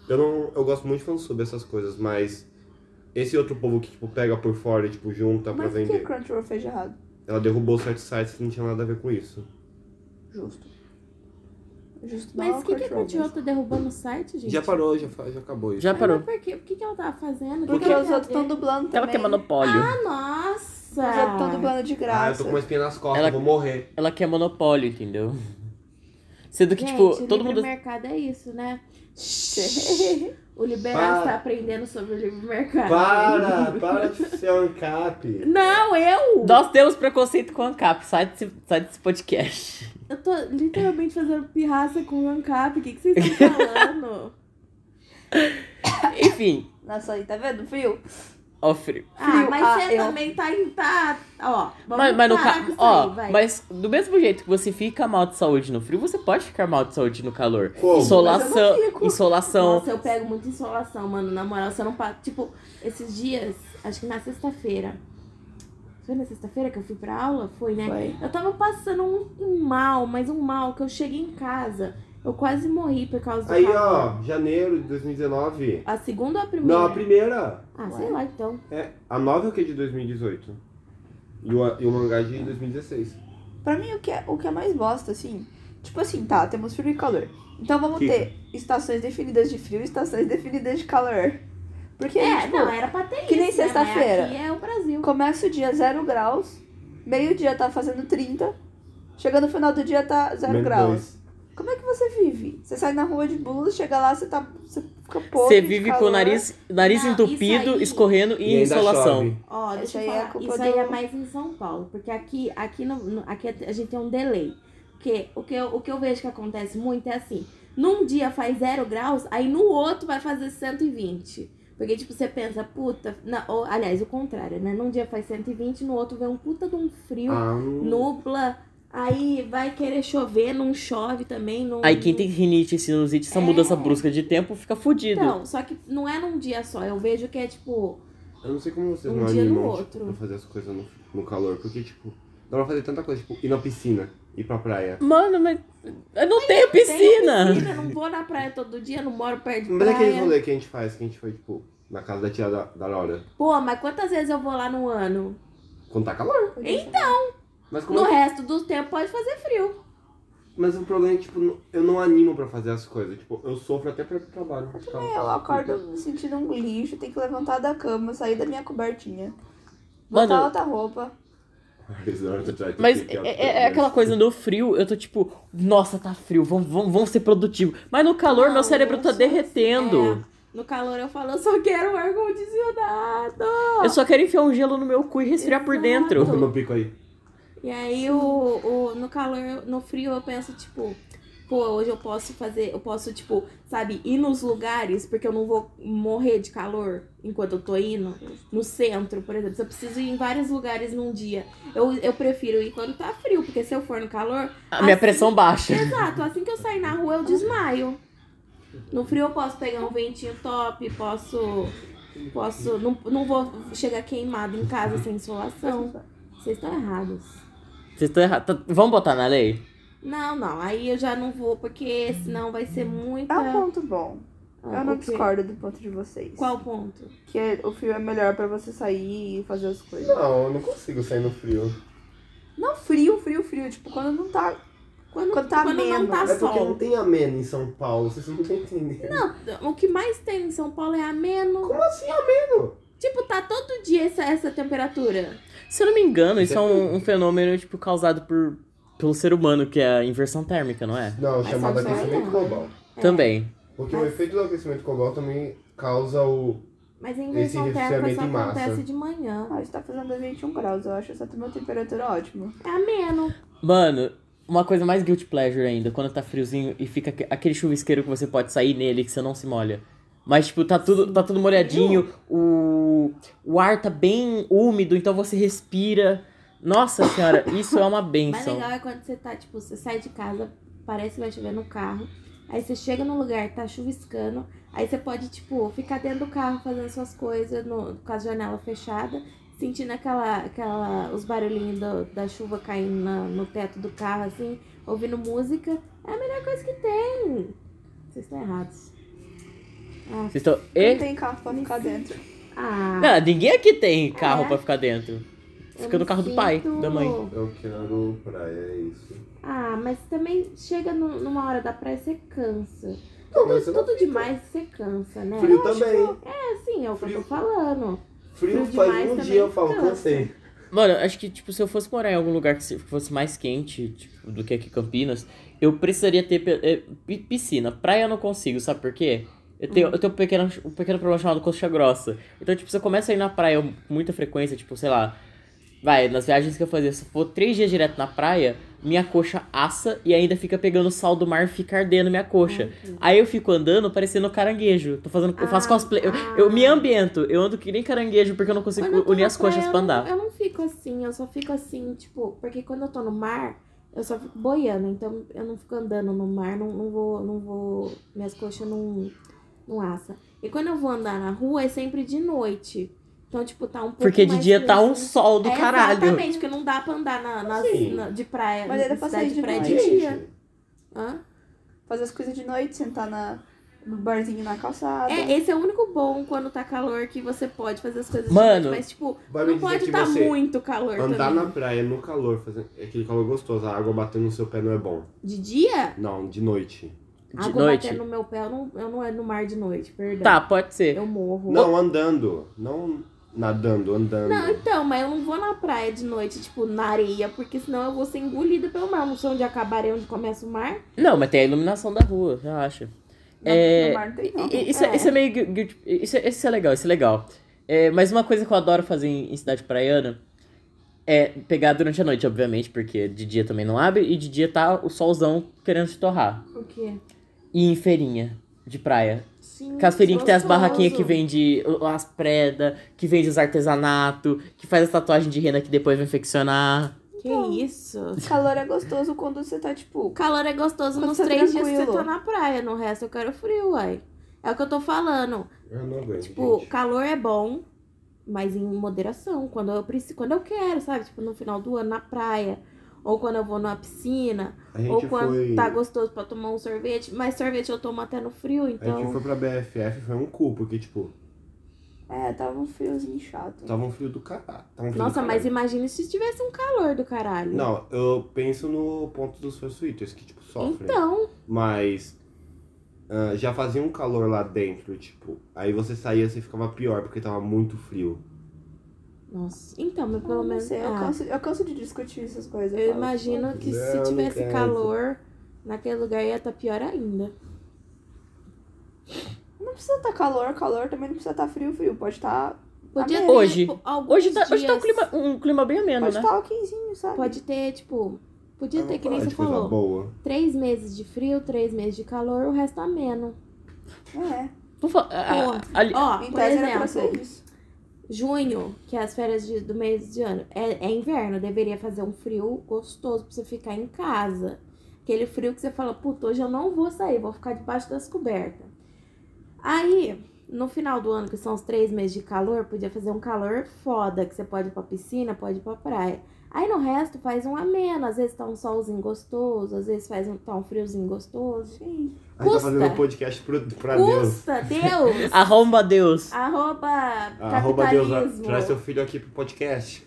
Speaker 2: Eu não. Eu gosto muito de fansub, essas coisas, mas. Esse outro povo que, tipo, pega por fora e, tipo, junta pra
Speaker 4: mas o que
Speaker 2: vender.
Speaker 4: a Crunchyroll fez de errado?
Speaker 2: Ela derrubou certos sites que não tinha nada a ver com isso.
Speaker 4: Justo. Justo
Speaker 3: Mas
Speaker 4: da
Speaker 3: o que, que a Crunchyroll
Speaker 4: mesmo.
Speaker 3: tá derrubando o site, gente?
Speaker 2: Já parou, já, fa- já acabou isso.
Speaker 1: Já
Speaker 3: Mas
Speaker 1: parou.
Speaker 3: Por quê? O que, que ela tava fazendo? O que
Speaker 4: Porque
Speaker 3: que é? ela
Speaker 4: os outros
Speaker 3: fez?
Speaker 4: estão dublando
Speaker 1: Ela
Speaker 4: também.
Speaker 1: quer monopólio.
Speaker 3: Ah, nossa!
Speaker 4: Os outros estão dublando de
Speaker 2: Ah,
Speaker 4: graça.
Speaker 2: eu tô com
Speaker 4: (laughs)
Speaker 2: uma espinha nas costas,
Speaker 1: Ela-
Speaker 2: vou morrer.
Speaker 1: Ela quer monopólio, entendeu? (laughs) Sendo que,
Speaker 3: Gente,
Speaker 1: tipo,
Speaker 3: o
Speaker 1: todo mundo.
Speaker 3: livre mercado é isso, né? O Liberal
Speaker 2: Para.
Speaker 3: está aprendendo sobre o livre mercado. (laughs)
Speaker 2: Para, para de ser um cap.
Speaker 3: Não, eu!
Speaker 1: Nós temos preconceito com a ANCAP, sai desse, sai desse
Speaker 3: (laughs)
Speaker 1: podcast.
Speaker 3: Eu tô literalmente fazendo pirraça com o ANCAP. O que, que vocês estão
Speaker 1: (laughs)
Speaker 3: falando?
Speaker 1: Enfim,
Speaker 4: Nossa, aí, tá vendo, viu?
Speaker 1: ó, frio.
Speaker 3: ah,
Speaker 4: Frio,
Speaker 3: mas
Speaker 4: ah,
Speaker 3: você
Speaker 4: eu-
Speaker 3: também tá em. Tá, ó, vamos
Speaker 1: Mas, mas no
Speaker 3: parar com
Speaker 1: ca...
Speaker 3: isso
Speaker 1: ó,
Speaker 3: aí, vai.
Speaker 1: mas do mesmo jeito que você fica mal de saúde no frio, você pode ficar mal de saúde no calor.
Speaker 2: Como?
Speaker 4: Mas eu
Speaker 1: Insolação,
Speaker 4: não fico.
Speaker 1: insolação.
Speaker 3: Nossa, eu pego muita insolação, mano. Na moral, você não passa. Tipo, esses dias, acho que na sexta-feira. Foi na sexta-feira que eu fui pra aula? Foi, né?
Speaker 4: Foi.
Speaker 3: Eu tava passando um, um mal, mas um mal, que eu cheguei em casa. Eu quase morri por causa do
Speaker 2: Aí,
Speaker 3: calor.
Speaker 2: ó, janeiro de 2019.
Speaker 3: A segunda ou a primeira?
Speaker 2: Não, a primeira.
Speaker 3: Ah, sei lá, então.
Speaker 2: É, a nova é o que de 2018? E o, e o mangá de 2016.
Speaker 4: Pra mim, o que, é, o que é mais bosta, assim... Tipo assim, tá, temos frio e calor. Então vamos
Speaker 2: Que-
Speaker 4: ter estações definidas de frio e estações definidas de calor. Porque,
Speaker 3: é,
Speaker 4: tipo,
Speaker 3: não, era pra ter isso.
Speaker 4: que nem
Speaker 3: né? Mas
Speaker 4: sexta-feira.
Speaker 3: Aqui é o Brasil.
Speaker 4: começa o dia 0 graus, meio-dia tá fazendo 30, chega no final do dia tá 0
Speaker 2: Menos
Speaker 4: graus. Como é que você vive? Você sai na rua de blusa, chega lá, você tá. Você fica pouco.
Speaker 1: Você vive com o nariz, nariz
Speaker 3: Não, isso
Speaker 1: entupido,
Speaker 3: aí-
Speaker 1: escorrendo e,
Speaker 2: ainda
Speaker 1: insolação.
Speaker 2: chove.
Speaker 3: Ó,
Speaker 4: Isso
Speaker 3: deixa
Speaker 4: aí
Speaker 3: eu
Speaker 4: é
Speaker 3: falar.
Speaker 4: culpa
Speaker 3: isso aí
Speaker 4: do-
Speaker 3: é mais em São Paulo, porque aqui, aqui, no, no- aqui a gente tem um delay. Porque o que, eu, o que eu vejo que acontece muito é assim: num dia faz zero graus, aí no outro vai fazer 120. Porque, tipo, você pensa, puta. na- ou, aliás, o contrário, né? Num dia faz 120, no outro vem um puta de um frio,
Speaker 2: Ah, não.
Speaker 3: nubla, aí vai querer chover, não chove também. Não,
Speaker 1: Aí quem
Speaker 3: não-
Speaker 1: tem rinite, sinusite, essa
Speaker 3: É.
Speaker 1: mudança brusca de tempo fica fudido.
Speaker 3: Então, só que não é num dia só. Eu vejo que é tipo.
Speaker 2: Eu não sei como vocês
Speaker 3: Um
Speaker 2: não
Speaker 3: dia no
Speaker 2: animam
Speaker 3: outro.
Speaker 2: tipo, pra fazer as coisas no, no calor. Porque, tipo, dá pra fazer tanta coisa. Tipo, ir na piscina, ir pra praia.
Speaker 1: Mano, mas eu não tenho piscina.
Speaker 3: Tem piscina, não vou na praia todo dia, não moro perto de
Speaker 2: Mas é aquele
Speaker 3: praia.
Speaker 2: rolê que a gente faz, que a gente foi, tipo, na casa da tia da, da Laura.
Speaker 3: Pô, mas quantas vezes eu vou lá no ano?
Speaker 2: Quando tá calor.
Speaker 4: Então!
Speaker 2: Mas como
Speaker 3: No
Speaker 2: é que-
Speaker 3: resto do tempo pode fazer frio.
Speaker 2: Mas o problema é que, tipo, não- eu não animo pra fazer as coisas. Tipo, eu sofro até pra ir pro trabalho. tipo, tá?
Speaker 4: Eu
Speaker 2: (laughs)
Speaker 4: acordo me sentindo um lixo, tenho que levantar da cama, sair da minha cobertinha, botar
Speaker 1: Mano-
Speaker 4: outra roupa.
Speaker 1: Mas é, é- é aquela coisa no frio, eu tô tipo, nossa, tá frio, vamos, vamos, vamos ser produtivo. Mas no calor,
Speaker 3: Não,
Speaker 1: meu cérebro
Speaker 3: eu
Speaker 1: tá
Speaker 3: sou-
Speaker 1: derretendo.
Speaker 3: É, no calor eu falo, eu só quero um ar-condicionado.
Speaker 1: Eu só quero enfiar um gelo no meu cu e respirar por
Speaker 3: é. Exato.
Speaker 1: dentro.
Speaker 2: No pico aí.
Speaker 3: E aí o, o, no calor, no frio eu penso, tipo, pô, hoje eu posso fazer, eu posso, tipo, sabe, ir nos lugares, porque eu não vou morrer de calor enquanto eu tô indo. No centro, por exemplo. Se eu preciso ir em vários lugares num dia, eu, eu prefiro ir quando tá frio, porque se eu for no calor,
Speaker 1: A minha
Speaker 3: Assim-
Speaker 1: pressão baixa.
Speaker 3: Exato, assim que eu sair na rua eu desmaio. No frio eu posso pegar um ventinho top, posso. Posso. Não, não vou chegar queimado em casa sem insolação. Vocês estão errados.
Speaker 1: Vocês estão errados. Tá- Vamos botar na lei?
Speaker 3: Não, não, aí eu já não vou, porque senão vai ser muita.
Speaker 4: É um ponto bom.
Speaker 3: Ah,
Speaker 4: Eu não
Speaker 3: o quê?
Speaker 4: discordo do ponto de vocês.
Speaker 3: Qual ponto?
Speaker 4: Que o frio é melhor pra você sair e fazer as coisas.
Speaker 2: Não, eu não consigo sair no frio.
Speaker 4: Não frio, frio, frio. Tipo, quando não tá.
Speaker 3: Quando,
Speaker 4: Quando tá
Speaker 3: não
Speaker 4: ameno.
Speaker 3: tá
Speaker 2: É porque
Speaker 3: sol.
Speaker 2: não tem ameno em São Paulo, vocês não estão entendendo.
Speaker 3: Não, o que mais tem em São Paulo é ameno.
Speaker 2: Como assim ameno?
Speaker 3: Tipo, tá todo dia essa, essa temperatura.
Speaker 1: Se eu não me engano, isso é
Speaker 2: Isso é
Speaker 1: um, um fenômeno, tipo, causado por, pelo ser humano, que é a inversão térmica, não é?
Speaker 2: Não,
Speaker 3: Mas então,
Speaker 2: chamado
Speaker 3: São Paulo
Speaker 2: aquecimento
Speaker 3: não.
Speaker 2: global.
Speaker 3: É.
Speaker 1: Também.
Speaker 2: Porque o efeito do aquecimento global também causa o.
Speaker 3: Mas a inversão
Speaker 2: Esse
Speaker 3: térmica é só
Speaker 2: resfriamento em massa.
Speaker 3: acontece de manhã.
Speaker 4: Ah, está fazendo 21 graus. Eu acho essa uma temperatura ótima.
Speaker 3: É ameno.
Speaker 1: Mano, uma coisa mais guilty pleasure ainda, quando tá friozinho e fica aque- aquele chuvisqueiro que você pode sair nele, que você não se molha. Mas, tipo, tá tudo, tá tudo molhadinho, o, o ar tá bem úmido, então você respira. Nossa senhora, isso é uma
Speaker 3: mais
Speaker 1: benção.
Speaker 3: legal é quando você tá, tipo, você sai de casa, parece que vai chover no carro. Aí você chega num lugar, tá chuviscando. Aí você pode, tipo, ficar dentro do carro fazendo suas coisas, no, com a janela fechada, sentindo aquela, aquela, os barulhinhos do- da chuva caindo na- no teto do carro, assim, ouvindo música. É a melhor coisa que tem. Vocês estão errados. Ah,
Speaker 1: Vocês estão.
Speaker 4: Não
Speaker 1: E...
Speaker 4: tem carro pra ficar dentro.
Speaker 3: ah,
Speaker 1: Não, ninguém aqui tem carro
Speaker 3: É.
Speaker 1: pra ficar dentro.
Speaker 3: eu
Speaker 1: Fica no
Speaker 3: me
Speaker 1: carro do pai,
Speaker 3: sinto-
Speaker 1: da mãe.
Speaker 2: Eu quero praia, é isso.
Speaker 3: Ah, mas também chega nu- numa hora da praia, você cansa.
Speaker 2: Não,
Speaker 3: Tudo,
Speaker 2: mas eu não
Speaker 3: tudo
Speaker 2: fico.
Speaker 3: demais você cansa, né?
Speaker 2: Frio
Speaker 4: acho
Speaker 2: também.
Speaker 3: É assim, é o que eu
Speaker 2: Frio.
Speaker 3: tô falando.
Speaker 2: Frio
Speaker 3: frio
Speaker 2: faz
Speaker 3: demais
Speaker 2: um
Speaker 3: também
Speaker 2: dia eu falo,
Speaker 3: cansa.
Speaker 2: cansei.
Speaker 1: Mano, acho que, tipo, se eu fosse morar em algum lugar que se- fosse mais quente tipo, do que aqui em Campinas, eu precisaria ter pe- eh, pi- piscina. Praia eu não consigo, sabe por quê? Eu tenho, eu tenho um, pequeno, um pequeno problema chamado coxa grossa. Então, tipo, se eu começo a ir na praia com muita frequência, tipo, sei lá, vai, nas viagens que eu fazia, se eu for três dias direto na praia, minha coxa assa e ainda fica pegando sal do mar e fica ardendo minha
Speaker 3: Uhum.
Speaker 1: coxa. Aí eu fico andando parecendo um caranguejo. Tô fazendo, eu faço
Speaker 3: Ah,
Speaker 1: cosplay. Eu,
Speaker 3: ah.
Speaker 1: eu me ambiento, eu ando que nem caranguejo porque eu não consigo
Speaker 3: Quando eu tô
Speaker 1: unir
Speaker 3: na
Speaker 1: as coxas
Speaker 3: praia,
Speaker 1: pra
Speaker 3: eu não-
Speaker 1: andar.
Speaker 3: Eu não fico assim, eu só fico assim, tipo, porque quando eu tô no mar, eu só fico boiando, então eu não fico andando no mar, não, não vou, não vou, minhas coxas não, não assa. E quando eu vou andar na rua, é sempre de noite. Então, tipo, tá um pouco
Speaker 1: Porque de
Speaker 3: mais
Speaker 1: dia tá
Speaker 3: frio,
Speaker 1: um
Speaker 3: assim.
Speaker 1: sol do
Speaker 3: É,
Speaker 1: caralho.
Speaker 3: Exatamente, porque não dá pra andar na, nas-
Speaker 2: Sim.
Speaker 3: na- de praia.
Speaker 4: Mas
Speaker 3: na
Speaker 4: era pra
Speaker 3: cidade
Speaker 4: sair de
Speaker 3: praia
Speaker 4: É
Speaker 2: Ai,
Speaker 4: noite.
Speaker 3: de dia.
Speaker 2: gente,
Speaker 3: Hã?
Speaker 4: Fazer as coisas de noite, sentar na, no barzinho na calçada.
Speaker 3: É, esse é o único bom quando tá calor que você pode fazer as coisas de
Speaker 1: Mano,
Speaker 3: noite, mas tipo,
Speaker 2: Vai me
Speaker 3: não
Speaker 2: dizer
Speaker 3: pode
Speaker 2: que
Speaker 3: tá
Speaker 2: você
Speaker 3: muito calor
Speaker 2: andar
Speaker 3: também.
Speaker 2: na praia no calor, fazendo aquele calor gostoso, a água batendo no seu pé não é bom.
Speaker 3: De dia?
Speaker 2: Não, de noite.
Speaker 1: De
Speaker 3: água
Speaker 1: noite?
Speaker 3: batendo no meu pé, eu não, eu não é no mar de noite, perdão.
Speaker 1: Tá, pode ser.
Speaker 3: Eu morro.
Speaker 2: Não, andando. Não nadando, andando.
Speaker 3: Não, então, mas eu não vou na praia de noite, tipo, na areia, porque senão eu vou ser engolida pelo mar. Eu Não sei onde acabarei, onde começa o mar.
Speaker 1: Não, mas tem a iluminação da rua, eu acho.
Speaker 4: Na-
Speaker 1: é-
Speaker 4: No mar não tem, não.
Speaker 1: I- Isso, é-
Speaker 3: É.
Speaker 1: isso é meio. gu- guilt- Isso, é- isso é legal, isso é legal. É, mas uma coisa que eu adoro fazer em, em cidade praiana é pegar durante a noite, obviamente, porque de dia também não abre e de dia tá o solzão querendo se torrar.
Speaker 3: Por quê?
Speaker 1: E em feirinha de praia.
Speaker 3: Sim.
Speaker 1: Aquelas feirinhas que tem as
Speaker 3: gostoso.
Speaker 1: barraquinhas que vende o- as preda, que vende os artesanato, que faz as tatuagens de renda que depois vai infeccionar.
Speaker 3: Que
Speaker 4: Então.
Speaker 3: isso?
Speaker 4: O calor é gostoso quando você tá, tipo,
Speaker 3: O calor é gostoso
Speaker 4: Quando
Speaker 3: nos
Speaker 4: você é
Speaker 3: três dias que
Speaker 4: tranquilo.
Speaker 3: você tá na praia, no resto eu quero frio, uai. É o que eu tô falando.
Speaker 2: Eu não aguento.
Speaker 3: Tipo,
Speaker 2: gente.
Speaker 3: calor é bom, mas em moderação. Quando eu preciso, quando eu quero, sabe? Tipo, no final do ano, na praia. Ou quando eu vou na piscina.
Speaker 2: a gente
Speaker 3: Ou quando
Speaker 2: foi...
Speaker 3: tá gostoso pra tomar um sorvete. Mas sorvete eu tomo até no frio,
Speaker 2: A gente
Speaker 3: então.
Speaker 2: foi pra BFF, foi um cu, porque, tipo,
Speaker 4: é, tava um friozinho chato.
Speaker 2: tava um frio do caralho. Tava um frio
Speaker 3: Nossa,
Speaker 2: do
Speaker 3: mas
Speaker 2: caralho.
Speaker 3: imagina se tivesse um calor do caralho.
Speaker 2: Não, eu penso no ponto dos fursuiters, que, tipo, sofrem.
Speaker 3: Então,
Speaker 2: Mas ah, já fazia um calor lá dentro, tipo. Aí você saía, você ficava pior, porque tava muito frio.
Speaker 3: nossa. Então, mas
Speaker 4: Eu
Speaker 3: pelo
Speaker 4: não
Speaker 3: menos.
Speaker 4: sei, eu,
Speaker 3: ah,
Speaker 4: canso, eu canso de discutir essas coisas.
Speaker 3: eu
Speaker 4: falo,
Speaker 3: imagino que
Speaker 2: Não,
Speaker 3: se
Speaker 2: não
Speaker 3: tivesse
Speaker 2: quero.
Speaker 3: calor naquele lugar ia estar pior ainda.
Speaker 4: tipo, Não precisa tá calor, calor também não precisa tá frio, frio. Pode tá,
Speaker 3: Podia
Speaker 4: Amém.
Speaker 3: ter,
Speaker 1: Hoje-
Speaker 3: tipo, alguns
Speaker 1: Hoje tá, hoje tá um,
Speaker 3: dias-
Speaker 1: clima, um clima bem ameno,
Speaker 4: pode
Speaker 1: né?
Speaker 4: tá okzinho, sabe?
Speaker 3: Pode ter, tipo. Podia ter, que
Speaker 2: Olha
Speaker 3: nem você
Speaker 2: que tipo, coisa
Speaker 3: falou.
Speaker 2: boa.
Speaker 3: Três meses de frio, três meses de calor, o resto tá ameno.
Speaker 4: É,
Speaker 1: Vamos falar. a- a- ali-
Speaker 3: Ó,
Speaker 4: em
Speaker 3: Ah, por
Speaker 4: tese era pra
Speaker 3: exemplo,
Speaker 4: ser isso.
Speaker 3: junho, que é as férias de- do mês de ano, é, é inverno, deveria fazer um frio gostoso pra você ficar em casa. Aquele frio que você fala, puta, hoje eu não vou sair, vou ficar debaixo das cobertas. Aí, no final do ano, que são os três meses de calor, podia fazer um calor foda, que você pode ir pra piscina, pode ir pra praia. Aí no resto faz um ameno, às vezes tá um solzinho gostoso, às vezes faz um, tá um friozinho gostoso.
Speaker 4: Sim.
Speaker 2: A gente tá
Speaker 3: Custa.
Speaker 2: fazendo um podcast pro, pra Deus.
Speaker 3: Custa,
Speaker 2: (laughs)
Speaker 3: Deus!
Speaker 1: Arromba Deus.
Speaker 3: Arroba
Speaker 2: Arroba Deus, ah,
Speaker 3: capitalismo.
Speaker 2: traz seu filho aqui pro podcast.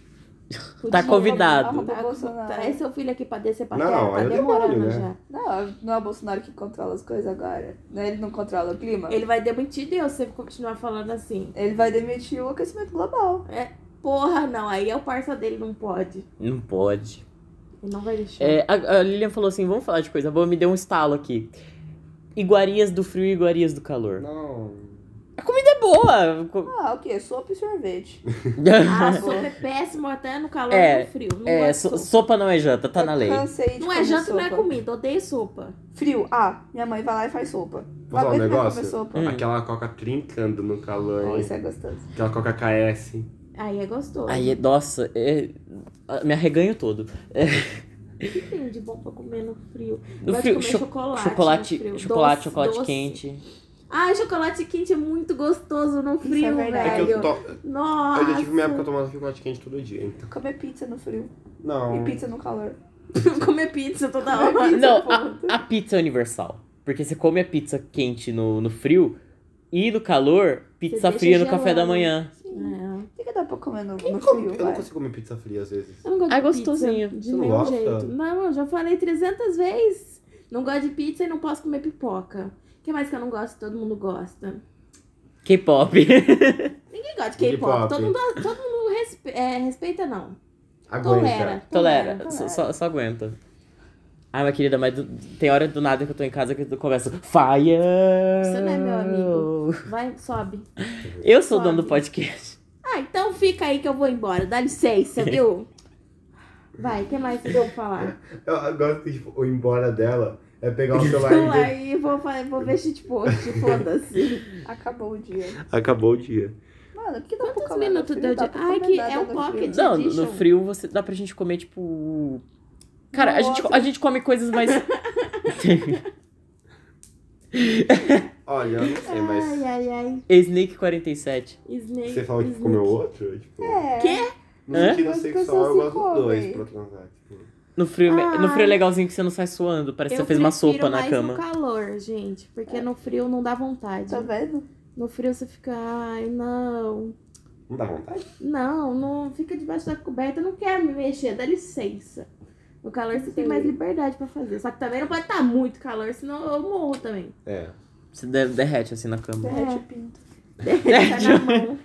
Speaker 1: Tá convidado.
Speaker 4: Arroba Bolsonaro.
Speaker 3: Traz É seu filho aqui pra descer pra
Speaker 2: Não,
Speaker 3: terra,
Speaker 2: aí
Speaker 3: tá
Speaker 2: é
Speaker 3: demorando
Speaker 2: demônio, né?
Speaker 3: já.
Speaker 4: Não, não é o Bolsonaro que controla as coisas agora. né? Ele não controla o clima.
Speaker 3: Ele vai demitir Deus se ele continuar falando assim.
Speaker 4: Ele vai demitir o aquecimento global.
Speaker 3: Porra, não, aí é o parça dele, não pode.
Speaker 1: Não pode.
Speaker 3: Ele não vai deixar.
Speaker 1: É, a, a Lilian falou assim: vamos falar de coisa boa, me deu um estalo aqui. Iguarias do frio e iguarias do calor.
Speaker 2: Não.
Speaker 1: A comida é boa. Co- (laughs)
Speaker 4: Ah, o quê? Sopa e sorvete.
Speaker 3: Ah, sopa é péssimo até no calor
Speaker 1: É,
Speaker 3: e no frio. Não
Speaker 1: é,
Speaker 3: gosto
Speaker 1: so-
Speaker 3: de sopa.
Speaker 1: sopa não é janta, tá
Speaker 4: Eu
Speaker 1: na lei.
Speaker 4: Cansei de
Speaker 3: Não é
Speaker 4: comer
Speaker 3: janta, não é
Speaker 4: sopa.
Speaker 3: comida. Odeio sopa.
Speaker 4: Frio. Ah, minha mãe vai lá e faz sopa. Não
Speaker 2: falar um
Speaker 4: aguento mais
Speaker 2: negócio?
Speaker 4: comer sopa.
Speaker 2: Aquela coca trincando no
Speaker 4: Oh,
Speaker 2: calor, hein?
Speaker 4: isso é gostoso.
Speaker 2: Aquela coca KS.
Speaker 3: Aí é gostoso.
Speaker 1: Aí, nossa, é- me arreganho todo.
Speaker 3: O que tem de bom pra comer no frio?
Speaker 1: No
Speaker 3: Gosto
Speaker 1: frio,
Speaker 3: de comer
Speaker 1: cho-
Speaker 3: chocolate. no
Speaker 1: chocolate,
Speaker 3: frio.
Speaker 1: chocolate,
Speaker 3: Doce,
Speaker 1: chocolate
Speaker 3: doce.
Speaker 1: quente.
Speaker 3: Ai, chocolate quente é muito gostoso no frio,
Speaker 4: verdade.
Speaker 2: É que
Speaker 3: velho.
Speaker 2: eu, to...
Speaker 3: Nossa.
Speaker 2: eu já tive minha
Speaker 3: (laughs)
Speaker 2: época tomando chocolate quente todo dia, então.
Speaker 4: Comer pizza no frio.
Speaker 2: Não.
Speaker 4: E pizza no calor.
Speaker 3: comer pizza toda
Speaker 4: Comer
Speaker 3: (laughs) hora.
Speaker 4: pizza,
Speaker 1: Não,
Speaker 4: ponto.
Speaker 1: A pizza é universal. Porque você come a pizza quente no, no frio e no calor, pizza
Speaker 3: deixa né?
Speaker 1: fria no café da
Speaker 3: gelado.
Speaker 1: manhã.
Speaker 3: É.
Speaker 4: O que, que dá pra comer no,
Speaker 2: Eu
Speaker 4: no
Speaker 2: não como-
Speaker 4: frio,
Speaker 2: eu não
Speaker 4: vai?
Speaker 2: consigo comer pizza fria às vezes.
Speaker 3: Eu não gosto
Speaker 1: Ah,
Speaker 3: de
Speaker 1: gostosinho.
Speaker 3: pizza.
Speaker 2: Você
Speaker 3: De
Speaker 2: não
Speaker 3: nenhum
Speaker 2: gosta?
Speaker 3: jeito. Não, eu já falei 300 vezes. Não gosto de pizza e não posso comer pipoca. O que mais que eu não gosto? Todo mundo gosta.
Speaker 1: K-pop.
Speaker 3: Ninguém gosta de
Speaker 2: K-pop.
Speaker 3: K-pop. Todo mundo, todo mundo respe- é, respeita, não. Tolera.
Speaker 2: Aguenta.
Speaker 1: (laughs) Tolera,
Speaker 4: tolera.
Speaker 1: só, só- só aguenta. Ai, minha querida, mas do- tem hora do nada que eu tô em casa que eu começo. Fire!
Speaker 3: Você não é meu amigo. Vai, sobe.
Speaker 1: Eu sou o dono do
Speaker 3: Sobe.
Speaker 1: podcast.
Speaker 3: Ah, então fica aí que eu vou embora.
Speaker 2: (laughs)
Speaker 3: Dá licença, viu? Vai, o que mais que eu vou falar?
Speaker 2: Eu, eu gosto que, tipo, o embora dela é pegar o celular
Speaker 3: Vamos
Speaker 2: e
Speaker 3: lá (laughs)
Speaker 2: ver.
Speaker 3: e vou, fa- vou ver shitpost,
Speaker 2: (laughs)
Speaker 3: foda-se.
Speaker 4: Acabou o dia.
Speaker 2: Acabou o dia.
Speaker 4: Mano, o que dá pra
Speaker 3: Quantos
Speaker 4: comer
Speaker 3: minutos
Speaker 4: no
Speaker 3: deu
Speaker 4: frio? Dá
Speaker 3: de-
Speaker 4: pra
Speaker 3: Ai,
Speaker 4: comer
Speaker 3: que
Speaker 4: nada
Speaker 3: é um
Speaker 4: no
Speaker 3: pocket.
Speaker 4: frio.
Speaker 1: Não, no- no
Speaker 3: Edition.
Speaker 1: frio você dá pra gente comer, tipo. Cara, a gente,
Speaker 4: Nossa.
Speaker 1: a gente come coisas mais. (laughs)
Speaker 2: Olha, eu não sei, É, mas
Speaker 3: Ai, ai, ai.
Speaker 1: Snake 47.
Speaker 3: Snake.
Speaker 2: você falou que
Speaker 3: Snake.
Speaker 2: comeu outro? Tipo,
Speaker 4: É.
Speaker 3: Quê?
Speaker 2: no
Speaker 1: Hã?
Speaker 2: sentido
Speaker 4: As
Speaker 2: sexual,
Speaker 4: pessoas
Speaker 2: eu
Speaker 4: se
Speaker 2: gosto dos dois
Speaker 4: comem.
Speaker 2: pra transar. Tipo.
Speaker 1: No frio, no frio é
Speaker 3: Ai.
Speaker 1: legalzinho que você não sai suando. Parece que
Speaker 3: Eu
Speaker 1: você fez uma
Speaker 3: prefiro
Speaker 1: sopa na
Speaker 3: mais
Speaker 1: cama.
Speaker 3: no calor, gente. Porque no frio não dá vontade.
Speaker 4: É.
Speaker 3: né?
Speaker 4: Tá vendo?
Speaker 3: No frio você fica, ai, não.
Speaker 2: Não dá vontade?
Speaker 3: Não, não fica debaixo da coberta, eu não quero me mexer, dá licença. No calor você tem mais liberdade pra fazer. Só que também não pode estar muito calor, senão eu morro
Speaker 1: (laughs)
Speaker 3: também.
Speaker 2: É.
Speaker 1: Você de- derrete assim na
Speaker 3: É.
Speaker 1: cama.
Speaker 4: Derrete o pinto.
Speaker 3: Tá na mão.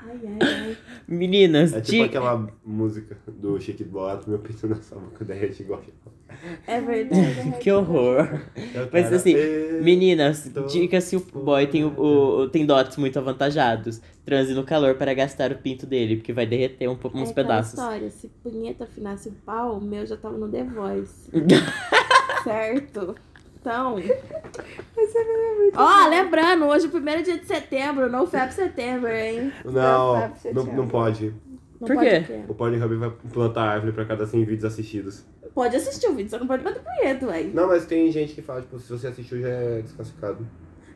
Speaker 3: Ai, ai, ai.
Speaker 1: Meninas,
Speaker 2: É tipo
Speaker 1: di-
Speaker 2: aquela música do Shake It Bot, meu pinto na sua boca derrete igual.
Speaker 3: É verdade.
Speaker 1: (laughs) que horror. Mas, assim, Meninas,
Speaker 2: Tô
Speaker 1: dica se o
Speaker 2: tipo,
Speaker 1: boy tem, o,
Speaker 2: é.
Speaker 1: o- tem dotes muito avantajados. Transe no calor para gastar o pinto dele, porque vai derreter um, po- uns
Speaker 3: é aquela
Speaker 1: pedaços.
Speaker 3: história, se punheta afinasse o pau, o meu já tava no The Voice. certo? Então.
Speaker 4: é
Speaker 3: Ó, lembrando, hoje é o primeiro dia de setembro, não Fab Setembro, hein?
Speaker 2: Não,
Speaker 4: Tá, tá,
Speaker 2: não,
Speaker 4: você
Speaker 2: não
Speaker 4: te
Speaker 2: pode.
Speaker 3: Não
Speaker 1: Por
Speaker 3: pode
Speaker 1: quê?
Speaker 3: o quê?
Speaker 2: O Pornhub vai plantar árvore pra cada 100 vídeos assistidos.
Speaker 3: Pode assistir o vídeo, só não pode bater punheta, ué.
Speaker 2: Não, mas tem gente que fala, tipo, se você assistiu já é desclassificado.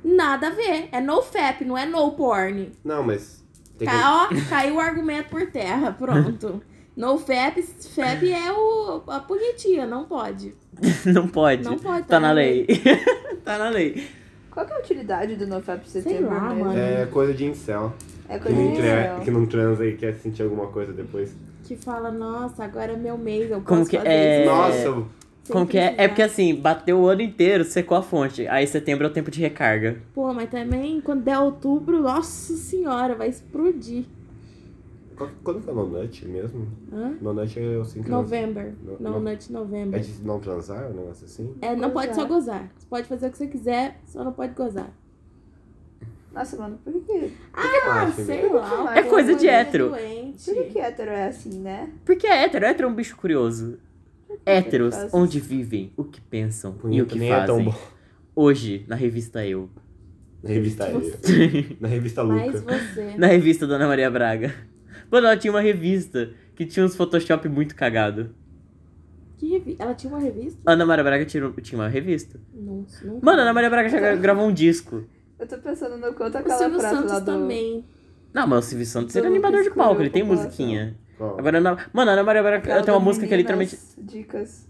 Speaker 3: Nada a ver. É no fap, não é no porn.
Speaker 2: Não, mas tem
Speaker 4: Ah,
Speaker 2: que...
Speaker 3: Ca- ó, caiu o argumento por terra, pronto. No fap, fap é o, a punhetinha, não pode.
Speaker 1: (laughs) não pode.
Speaker 3: Não pode.
Speaker 1: Tá na lei. (laughs) tá na lei.
Speaker 4: Qual que é a utilidade do NoFap
Speaker 3: Sei
Speaker 4: setembro
Speaker 3: lá,
Speaker 4: mesmo?
Speaker 3: mano.
Speaker 2: É coisa de incel.
Speaker 4: É
Speaker 2: Que
Speaker 4: coisa
Speaker 2: não,
Speaker 4: de
Speaker 2: tre...
Speaker 4: céu.
Speaker 2: que não transa e quer sentir alguma coisa depois.
Speaker 3: Que fala, nossa, agora é meu mês, eu posso
Speaker 1: Como que
Speaker 3: fazer
Speaker 1: é-
Speaker 3: isso.
Speaker 2: Nossa,
Speaker 3: sem
Speaker 1: Como que é? É
Speaker 3: precisar.
Speaker 1: porque assim, bateu o ano inteiro, secou a fonte. Aí setembro é o tempo de recarga.
Speaker 3: Pô, mas também quando der outubro, nossa senhora, vai explodir.
Speaker 2: qual- quando que é o no-nut mesmo?
Speaker 3: Hã?
Speaker 2: No-nut é o sem transa.
Speaker 3: November.
Speaker 2: No-
Speaker 3: No,
Speaker 2: no-
Speaker 3: Nut
Speaker 2: É
Speaker 3: November.
Speaker 2: de não transar, um negócio assim?
Speaker 3: É, não pode
Speaker 4: Gozar.
Speaker 3: só gozar. Você pode fazer o que você quiser, só não pode gozar.
Speaker 4: Nossa, mano, por que que,
Speaker 3: Ah,
Speaker 2: acho,
Speaker 3: sei
Speaker 4: né?
Speaker 3: lá.
Speaker 4: É
Speaker 1: coisa de
Speaker 3: Maria
Speaker 1: hétero.
Speaker 3: doente.
Speaker 4: por que que hétero é assim, né?
Speaker 1: Porque é hétero, hétero é um bicho curioso. Héteros,
Speaker 4: faz isso?
Speaker 1: onde vivem, o que pensam e o
Speaker 2: Punheta
Speaker 1: que
Speaker 2: nem é tão
Speaker 1: fazem.
Speaker 2: bom.
Speaker 1: Hoje, na revista Eu.
Speaker 2: Na revista
Speaker 3: Você-
Speaker 2: ele. (laughs) Na revista
Speaker 3: Mas
Speaker 2: Luca.
Speaker 1: (laughs)
Speaker 3: você.
Speaker 1: Na revista Dona Maria Braga. Mano, ela tinha uma revista que tinha uns Photoshop muito cagado.
Speaker 3: Que revi... Ela tinha uma revista?
Speaker 1: Ana Maria Braga tirou- tinha uma revista.
Speaker 3: Não, não.
Speaker 1: Mano, Ana Maria Braga já gra- gravou um disco.
Speaker 4: Eu tô pensando no quanto
Speaker 3: O
Speaker 4: aquela
Speaker 3: Silvio
Speaker 4: frase lá
Speaker 3: Santos
Speaker 4: do...
Speaker 3: também.
Speaker 1: Não, mas o Silvio Santos
Speaker 4: Do
Speaker 1: ele é animador de
Speaker 4: Lucas Cunha,
Speaker 1: palco, ele tem
Speaker 4: população.
Speaker 1: musiquinha.
Speaker 2: Qual?
Speaker 1: Agora, Ana... mano, Ana Maria Braga
Speaker 4: aquela
Speaker 1: ela tem uma
Speaker 4: do
Speaker 1: música que é
Speaker 4: Meninas
Speaker 1: literalmente.
Speaker 4: Dicas.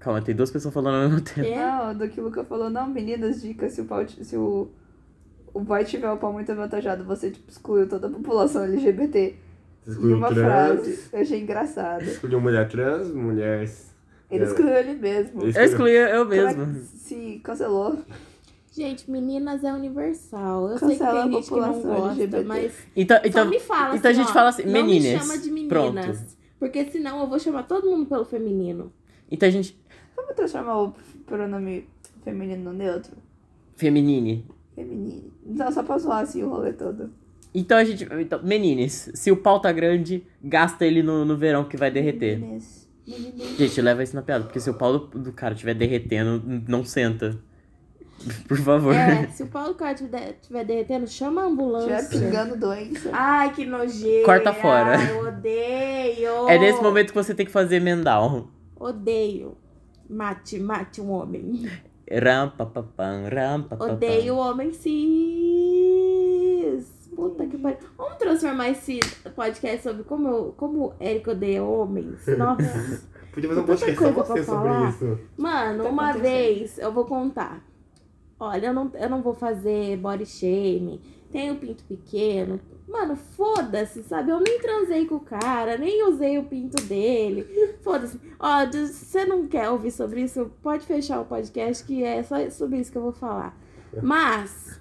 Speaker 1: Calma, tem duas pessoas falando ao mesmo tempo.
Speaker 3: É?
Speaker 4: Não, do que o Luca falou, não, meninas, dicas, se o pau, ti- se o, o boy tiver o pau muito avantajado, você tipo, excluiu toda a população LGBT
Speaker 2: Você
Speaker 4: em
Speaker 2: excluiu
Speaker 4: uma
Speaker 2: trans,
Speaker 4: frase. Eu achei engraçado.
Speaker 2: excluiu mulher trans, mulheres...
Speaker 4: Ele
Speaker 2: É.
Speaker 4: excluiu ele mesmo.
Speaker 2: Ele
Speaker 1: Eu excluí eu
Speaker 4: Como é
Speaker 1: mesmo.
Speaker 4: que se cancelou.
Speaker 3: Gente, meninas é universal. Eu
Speaker 4: Cancela
Speaker 3: sei que
Speaker 4: a
Speaker 3: tem gente que não
Speaker 4: população
Speaker 3: gosta,
Speaker 4: LGBT.
Speaker 3: mas.
Speaker 1: Então,
Speaker 3: Então,
Speaker 1: então,
Speaker 3: me fala
Speaker 1: então a
Speaker 3: assim,
Speaker 1: gente
Speaker 3: ó,
Speaker 1: fala assim,
Speaker 3: Não me
Speaker 1: meninas.
Speaker 3: chama de meninas.
Speaker 1: Pronto.
Speaker 3: Porque senão eu vou chamar todo mundo pelo feminino.
Speaker 1: então a gente.
Speaker 4: Vamos transformar o pronome feminino no neutro?
Speaker 1: Feminine.
Speaker 4: feminine. Então, só pra zoar assim o rolê todo.
Speaker 1: Então a gente. Então, menines, se o pau tá grande, gasta ele no, no verão que vai derreter.
Speaker 4: Meninas, meninas.
Speaker 1: Gente, leva isso na piada, porque se o pau do, do cara estiver derretendo, não senta. (laughs) Por favor.
Speaker 3: É, se o Paulo Corte estiver derretendo, chama a
Speaker 4: Tiver
Speaker 3: ambulância.
Speaker 4: é pingando doença.
Speaker 3: Ai, que nojeira.
Speaker 1: Corta fora.
Speaker 3: Ai, Eu odeio.
Speaker 1: É, nesse momento que você tem que fazer mendal.
Speaker 3: Odeio. Mate, mate um homem.
Speaker 1: Ram, pa, pa, pam, ram, pa, pa, pam.
Speaker 3: Odeio o homem cis. Puta que pariu. Vamos transformar esse podcast sobre como, eu- como o Eric odeia homens. Nossa.
Speaker 2: Podia fazer um
Speaker 3: Tanta
Speaker 2: podcast só
Speaker 3: coisa pra
Speaker 2: você sobre
Speaker 3: falar.
Speaker 2: isso.
Speaker 3: Mano,
Speaker 4: Tá
Speaker 3: uma
Speaker 4: acontecendo.
Speaker 3: vez eu vou contar. Olha, eu não, eu não vou fazer body shame. Tenho um pinto pequeno. Mano, foda-se, sabe? Eu nem transei com o cara, nem usei o pinto
Speaker 2: (laughs)
Speaker 3: dele. Foda-se. Ó, de- se você não quer ouvir sobre isso? Pode fechar o podcast, que é só sobre isso que eu vou falar. Mas,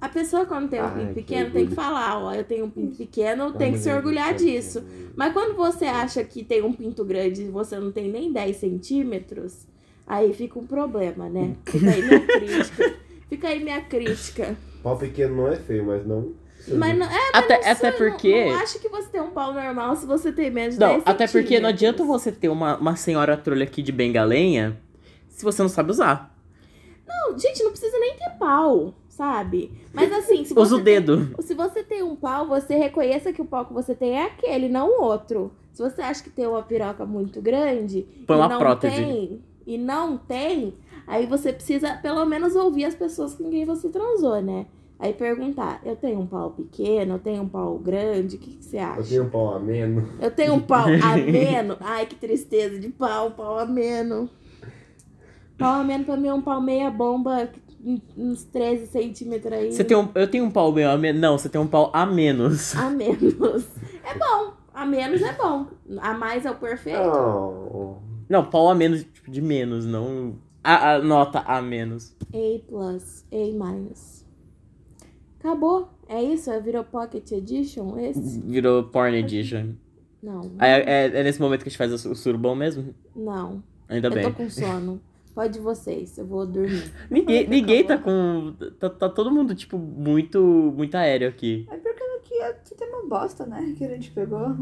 Speaker 3: a pessoa quando tem um
Speaker 2: É. Ai,
Speaker 3: pinto
Speaker 2: que
Speaker 3: pequeno tem que
Speaker 2: orgulho.
Speaker 3: falar: ó, eu tenho um pinto pequeno, tem que se orgulhar disso. Mas quando você acha que tem um pinto grande e você não tem nem 10 centímetros, aí fica um problema, né? Fica
Speaker 1: (laughs)
Speaker 3: aí minha crítica. Fica aí minha crítica.
Speaker 2: Pau pequeno não é feio, mas não.
Speaker 3: Mas não, é,
Speaker 1: Até,
Speaker 3: mas
Speaker 1: até porque.
Speaker 3: Não, não acho que você tem um pau normal se você tem menos de
Speaker 1: Não,
Speaker 3: 10
Speaker 1: até porque não
Speaker 3: centímetros.
Speaker 1: adianta você ter uma, uma senhora trolha aqui de bengalenha se você não sabe usar.
Speaker 3: Não, gente, não precisa nem ter pau, sabe? Mas assim, se você.
Speaker 1: Usa o
Speaker 3: tem-
Speaker 1: dedo.
Speaker 3: Se você tem um pau, você reconheça que o pau que você tem é aquele, não o outro. Se você acha que tem uma piroca muito grande,
Speaker 1: Põe
Speaker 3: e
Speaker 1: uma
Speaker 3: não
Speaker 1: prótese.
Speaker 3: Tem, e não tem, aí você precisa pelo menos ouvir as pessoas com quem você transou, né? Aí perguntar, eu tenho um pau pequeno, eu tenho um pau grande, o que, que você acha?
Speaker 2: Eu tenho um pau ameno.
Speaker 3: Eu
Speaker 2: (laughs)
Speaker 3: tenho um pau ameno. Ai, que tristeza de pau, um pau ameno. Pau ameno pra mim é um pau meia bomba, uns 13 centímetros aí.
Speaker 1: Você tem um, eu tenho um pau meio a menos. Não, você tem um pau a
Speaker 3: (laughs)
Speaker 1: menos.
Speaker 3: A menos. É bom. A menos é bom. A mais é o perfeito.
Speaker 2: Oh.
Speaker 1: Não, pau a menos, tipo, de menos, não. A, a nota a menos.
Speaker 3: A plus, A minus. Acabou. É isso? É Virou Pocket Edition esse?
Speaker 1: Virou porn edition.
Speaker 3: Não.
Speaker 1: Aí É, é, é nesse momento que a gente faz o su- o surubão mesmo?
Speaker 3: Não.
Speaker 1: Ainda
Speaker 3: eu
Speaker 1: bem.
Speaker 3: tô com sono. Pode vocês, eu vou dormir.
Speaker 1: Ninguém,
Speaker 4: Ai,
Speaker 1: ninguém tá
Speaker 4: tá
Speaker 1: com. Tá, tá todo mundo, tipo, muito. Muito aéreo aqui.
Speaker 4: É porque aqui, aqui tem uma bosta, né? Que a gente pegou.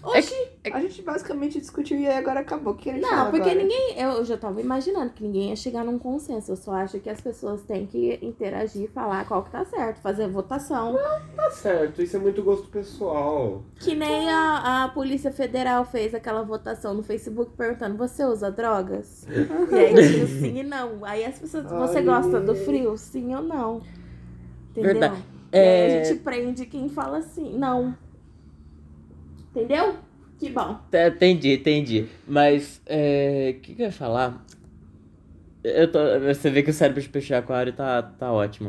Speaker 3: Oxi!
Speaker 4: A gente basicamente discutiu e aí agora acabou. O que a gente
Speaker 3: é Não,
Speaker 4: fala
Speaker 3: porque
Speaker 4: agora?
Speaker 3: ninguém. Eu já tava imaginando que ninguém ia chegar num consenso. Eu só acho que as pessoas têm que interagir e falar qual que tá certo, fazer votação.
Speaker 2: Tá certo, isso é muito gosto pessoal.
Speaker 3: Que nem a, a Polícia Federal fez aquela votação no Facebook perguntando: você usa drogas? e aí
Speaker 1: (laughs)
Speaker 3: tinha o sim e não. Aí as pessoas, você
Speaker 2: Ai.
Speaker 3: gosta do frio? Sim ou não? Entendeu?
Speaker 1: Verdade.
Speaker 3: E aí
Speaker 1: É,
Speaker 3: a gente prende quem fala assim, não. Entendeu? Que bom.
Speaker 1: tá, entendi, entendi. Mas, é. O que, que eu ia falar? Eu tô, você vê que o cérebro de peixe aquário tá, tá ótimo.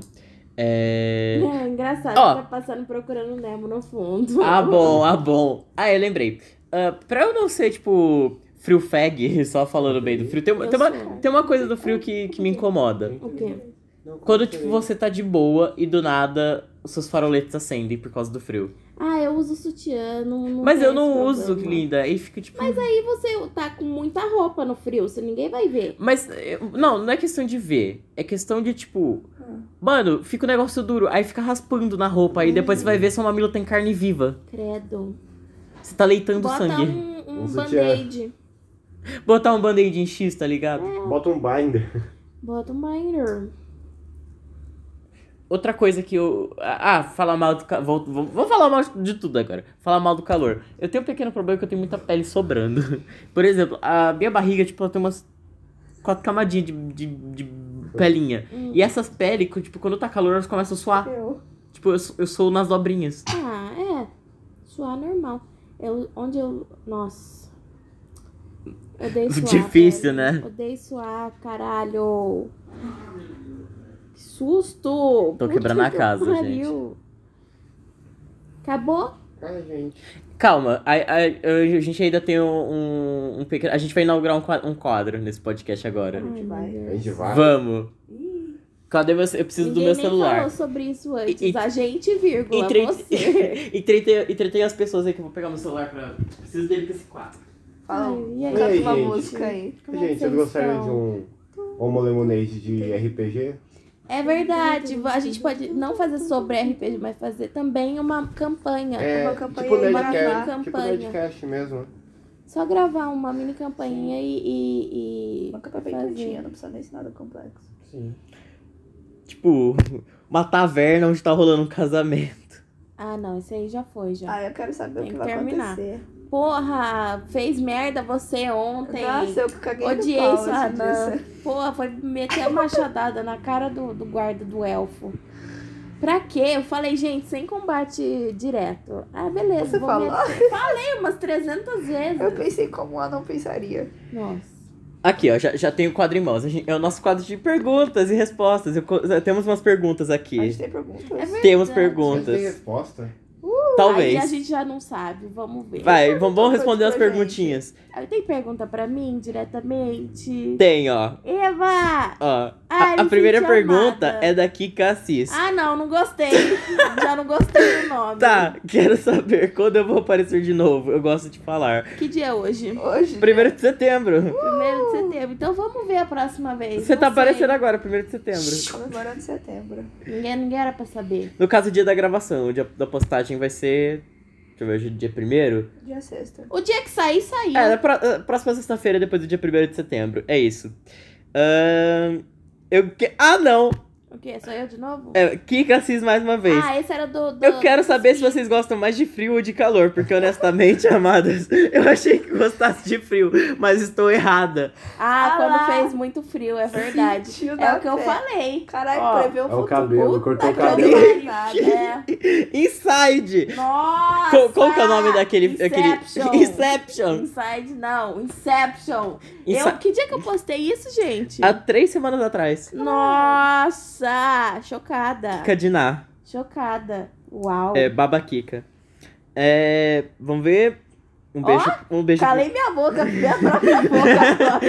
Speaker 1: É.
Speaker 3: (laughs) É engraçado,
Speaker 1: Ó.
Speaker 3: tá passando procurando Nemo no fundo.
Speaker 1: Ah, bom, ah, bom. Ah, eu lembrei. Ah, pra eu não ser, tipo, frio fag, (laughs) só falando bem do frio, tem, uma-
Speaker 3: Eu
Speaker 1: tem, uma,
Speaker 3: sou.
Speaker 1: tem uma coisa do frio que, que me incomoda.
Speaker 3: O quê?
Speaker 2: Não,
Speaker 1: Quando,
Speaker 2: como
Speaker 1: tipo,
Speaker 2: que- é?
Speaker 1: você tá de boa e do nada os seus faroletes acendem por causa do frio.
Speaker 3: Ah, eu uso sutiã, não, não
Speaker 1: Mas
Speaker 3: tem
Speaker 1: eu não
Speaker 3: esse
Speaker 1: uso,
Speaker 3: problema.
Speaker 1: linda. Aí fica, tipo... Mas,
Speaker 3: E você tá com muita roupa no frio, você ninguém vai ver.
Speaker 1: eu- não, não é questão de ver. É questão de, tipo...
Speaker 3: Ah.
Speaker 4: Hum.
Speaker 1: Mano, fica o negócio duro. Aí fica raspando na roupa. Aí depois você
Speaker 3: Uhum.
Speaker 1: vai ver seu mamilo tem carne viva.
Speaker 3: Credo.
Speaker 1: Você tá leitando
Speaker 3: Bota
Speaker 1: sangue.
Speaker 3: um, um
Speaker 2: Um sutiã.
Speaker 3: band-aid.
Speaker 1: Botar um band-aid em X, tá ligado?
Speaker 2: Bota um binder.
Speaker 3: Bota um binder.
Speaker 1: Outra coisa que eu. Ah, falar mal do calor. Vou falar mal de tudo agora. Falar mal do calor. Eu tenho um pequeno problema que eu tenho muita pele sobrando. (laughs) Por exemplo, a minha barriga, tipo, ela tem umas quatro camadinhas de, de, de pelinha.
Speaker 3: Hum.
Speaker 1: E essas peles, co- tipo, quando tá calor, elas começam a suar.
Speaker 4: Eu.
Speaker 1: Tipo, eu, sou- eu sou nas dobrinhas.
Speaker 3: Ah, é. Suar normal. Eu, onde eu. Nossa.
Speaker 1: (laughs)
Speaker 3: Odeio suar.
Speaker 1: Difícil,
Speaker 3: velho.
Speaker 1: né?
Speaker 3: Odeio suar, caralho. Que susto!
Speaker 1: Tô quebrando a
Speaker 3: que
Speaker 1: casa,
Speaker 3: pariu.
Speaker 2: Ai,
Speaker 3: Acabou?
Speaker 2: Tá, gente.
Speaker 1: Calma, a, a, a- a gente ainda tem um, um, um pequeno. A gente vai inaugurar um quadro, um quadro nesse podcast agora.
Speaker 4: gente
Speaker 3: Ai,
Speaker 4: vai.
Speaker 3: meu
Speaker 2: A
Speaker 3: Deus.
Speaker 2: gente vai.
Speaker 1: Vamos!
Speaker 4: Ih,
Speaker 1: Cadê você? Eu preciso
Speaker 3: Ninguém
Speaker 1: do meu
Speaker 3: nem
Speaker 1: celular.
Speaker 3: falou sobre isso antes.
Speaker 1: E- e-
Speaker 3: a gente, vírgula,
Speaker 1: Entre- (laughs)
Speaker 3: você.
Speaker 1: Entretei, entretei as pessoas aí que eu vou pegar meu celular pra. Preciso dele pra esse quadro.
Speaker 4: fala um-
Speaker 3: Ai, e aí,
Speaker 4: canta
Speaker 2: Ei,
Speaker 4: uma
Speaker 2: gente.
Speaker 4: música aí.
Speaker 3: Como é que
Speaker 2: gente, vocês
Speaker 3: vocês
Speaker 2: gostariam
Speaker 3: estão?
Speaker 2: de um Homo Lemonade de RPG?
Speaker 3: É verdade, a gente pode não fazer sobre RPG, mas fazer também uma campanha.
Speaker 2: É,
Speaker 4: uma
Speaker 2: tipo
Speaker 4: campanha
Speaker 2: Nerdcast,
Speaker 3: gravar.
Speaker 2: tipo
Speaker 3: Campanha.
Speaker 2: Nerdcast mesmo.
Speaker 3: Só gravar uma mini campainha e. e, e
Speaker 4: Uma capa bem
Speaker 3: fazer.
Speaker 4: curtinha, não precisa nem ser nada complexo.
Speaker 2: Sim.
Speaker 1: Tipo, uma taverna onde tá rolando um casamento.
Speaker 3: Ah, não, isso aí já foi já.
Speaker 4: Ah, eu quero
Speaker 3: Tem
Speaker 4: saber o que
Speaker 3: que
Speaker 4: vai
Speaker 3: terminar.
Speaker 4: acontecer.
Speaker 3: Porra, fez merda você ontem.
Speaker 4: Nossa, eu caguei
Speaker 3: Odiei
Speaker 4: no pau assim,
Speaker 3: isso,
Speaker 4: esse
Speaker 3: ah,
Speaker 4: dia,
Speaker 3: não.
Speaker 4: sabe?
Speaker 3: Porra, foi meter a machadada na cara do, do guarda do elfo. Pra quê? Eu falei, gente, sem combate direto. Ah, beleza.
Speaker 4: Você
Speaker 3: vou
Speaker 4: falou?
Speaker 3: meter. Falei umas 300 vezes.
Speaker 4: Eu pensei como ela não pensaria.
Speaker 3: Nossa.
Speaker 1: Aqui, ó, já, já tem o quadro em mãos. A gente- é o nosso quadro de perguntas e respostas. Eu co- eh, temos umas perguntas
Speaker 4: A
Speaker 1: aqui.
Speaker 4: gente tem perguntas.
Speaker 3: É verdade.
Speaker 1: Temos
Speaker 2: Mas tem
Speaker 1: perguntas. Uh,
Speaker 2: resposta?
Speaker 1: Talvez.
Speaker 3: Aí a gente já não sabe, vamos ver.
Speaker 1: Vai, vamos, vamos responder
Speaker 4: Pergunta
Speaker 1: as
Speaker 4: pra gente.
Speaker 1: perguntinhas.
Speaker 3: Aí Tem pergunta pra mim diretamente?
Speaker 1: Tem, ó.
Speaker 3: Eva!
Speaker 1: Ó,
Speaker 3: Ah,
Speaker 1: a, a
Speaker 3: me
Speaker 1: primeira
Speaker 3: senti
Speaker 1: pergunta
Speaker 3: amada.
Speaker 1: é da Kika Assis.
Speaker 3: Ah, não, não gostei. já não gostei do nome.
Speaker 1: Tá, quero saber quando eu vou aparecer de novo. Eu gosto de falar.
Speaker 3: Que dia é hoje?
Speaker 4: Hoje.
Speaker 1: Primeiro de setembro.
Speaker 3: Primeiro de setembro. Então vamos ver a próxima vez.
Speaker 1: Você
Speaker 3: Não
Speaker 1: tá
Speaker 3: sei.
Speaker 1: aparecendo agora, primeiro de setembro.
Speaker 4: Comemorando setembro.
Speaker 3: Ninguém, ninguém era pra saber.
Speaker 1: No caso, o dia da gravação, o dia da postagem vai ser. Deixa eu ver, hoje é dia primeiro?
Speaker 4: Dia sexta.
Speaker 3: O dia que sair, saiu.
Speaker 1: É, na pró- eh, próxima sexta-feira, depois do dia primeiro de setembro. É isso. Ahn, eu que... Ah, não!
Speaker 3: O quê? Sou eu de novo?
Speaker 1: É, Kika Assis mais uma vez.
Speaker 3: Ah, esse era do. do-
Speaker 1: Eu quero saber se vocês gostam mais de frio ou de calor, porque honestamente, (laughs) amadas, eu achei que gostasse de frio, mas estou errada.
Speaker 3: Ah,
Speaker 4: Ah
Speaker 3: quando
Speaker 4: lá.
Speaker 3: fez muito frio, é verdade.
Speaker 4: Sentiu
Speaker 3: é
Speaker 4: na
Speaker 3: o que eu
Speaker 4: pele.
Speaker 3: falei.
Speaker 4: Caralho,
Speaker 3: Ó,
Speaker 4: prevê o
Speaker 2: É
Speaker 4: futuro.
Speaker 2: o cabelo, cortou o
Speaker 3: Tá
Speaker 2: cabelo.
Speaker 3: que pariu.
Speaker 1: (laughs)
Speaker 3: É.
Speaker 1: Inside!
Speaker 3: Nossa!
Speaker 1: Co- Qual que é o nome daquele.
Speaker 3: Inception.
Speaker 1: Aquele... (laughs) Inception!
Speaker 3: Inside, não. Inception.
Speaker 1: Insi-
Speaker 3: Eu, que dia que eu postei isso, gente?
Speaker 1: Há três semanas atrás.
Speaker 3: Nossa! Chocada.
Speaker 1: Kika Diná.
Speaker 3: Chocada. Uau.
Speaker 1: É, Baba Kika. É. Vamos ver. Um beijo. um beijo. pro-
Speaker 3: Calei minha boca, (laughs) minha
Speaker 1: (laughs)
Speaker 3: própria boca agora.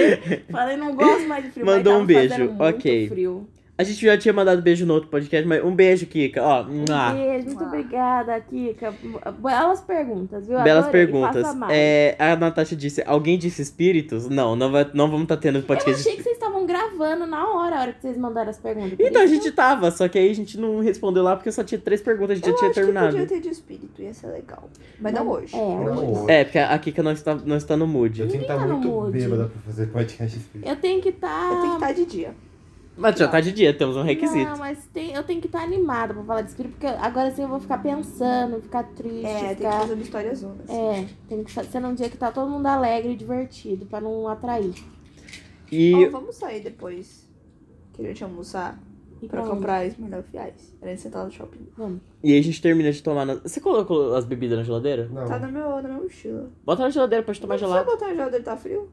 Speaker 3: Falei, não gosto mais de frio. mas
Speaker 1: Mandou um
Speaker 3: tava
Speaker 1: beijo,
Speaker 3: fazendo muito
Speaker 1: ok.
Speaker 3: Frio.
Speaker 1: A gente já tinha mandado beijo no outro podcast, mas um beijo, Kika. Ó,
Speaker 3: Um
Speaker 1: mua.
Speaker 3: beijo, muito
Speaker 4: Ah.
Speaker 3: obrigada, Kika. Belas perguntas, viu?
Speaker 1: Belas
Speaker 3: Adorei,
Speaker 1: perguntas.
Speaker 3: faça mais.
Speaker 1: É, a Natasha disse: alguém disse espíritos? Não, não, vai- não vamos estar tendo
Speaker 3: Eu
Speaker 1: podcast.
Speaker 3: achei que vocês estavam gravando na hora, a hora que vocês mandaram as perguntas. Por
Speaker 1: Então a
Speaker 3: isso
Speaker 1: gente tava, só que aí a gente não respondeu lá porque só tinha três perguntas, a gente
Speaker 4: Eu
Speaker 1: já tinha
Speaker 4: acho
Speaker 1: terminado.
Speaker 4: que podia ter de espírito, ia ser legal. Mas não, hoje.
Speaker 3: É, hoje.
Speaker 2: Não,
Speaker 1: É, porque a Kika não está, não está no mood.
Speaker 2: Eu tenho que estar
Speaker 3: Menina, não
Speaker 2: muito
Speaker 3: mude.
Speaker 2: bêbada pra fazer podcast espírita.
Speaker 3: Eu tenho que estar.
Speaker 4: Eu tenho que estar de dia.
Speaker 1: Mas já tá de dia, temos um requisito.
Speaker 3: Não, mas tem- eu tenho que estar animada pra falar de espírito, porque agora sim eu vou ficar pensando, ficar triste,
Speaker 4: É, tem que
Speaker 3: ficar.
Speaker 4: fazer uma história zona.
Speaker 3: tá.
Speaker 4: assim.
Speaker 3: É, tem que fa- ser num dia que tá todo mundo alegre e divertido, pra não atrair.
Speaker 1: E
Speaker 4: Ó, Então, vamos sair depois que a gente almoçar
Speaker 3: E
Speaker 4: pra
Speaker 3: onde?
Speaker 4: comprar esmeralfiais. Pra gente sentar no shopping.
Speaker 3: Vamos.
Speaker 1: E aí a gente termina de tomar. na- Você colocou as bebidas na geladeira?
Speaker 2: Não.
Speaker 4: Tá na minha, na minha mochila.
Speaker 1: Bota na geladeira pra gente tomar
Speaker 4: não
Speaker 1: gelado.
Speaker 4: precisa botar na geladeira, tá frio?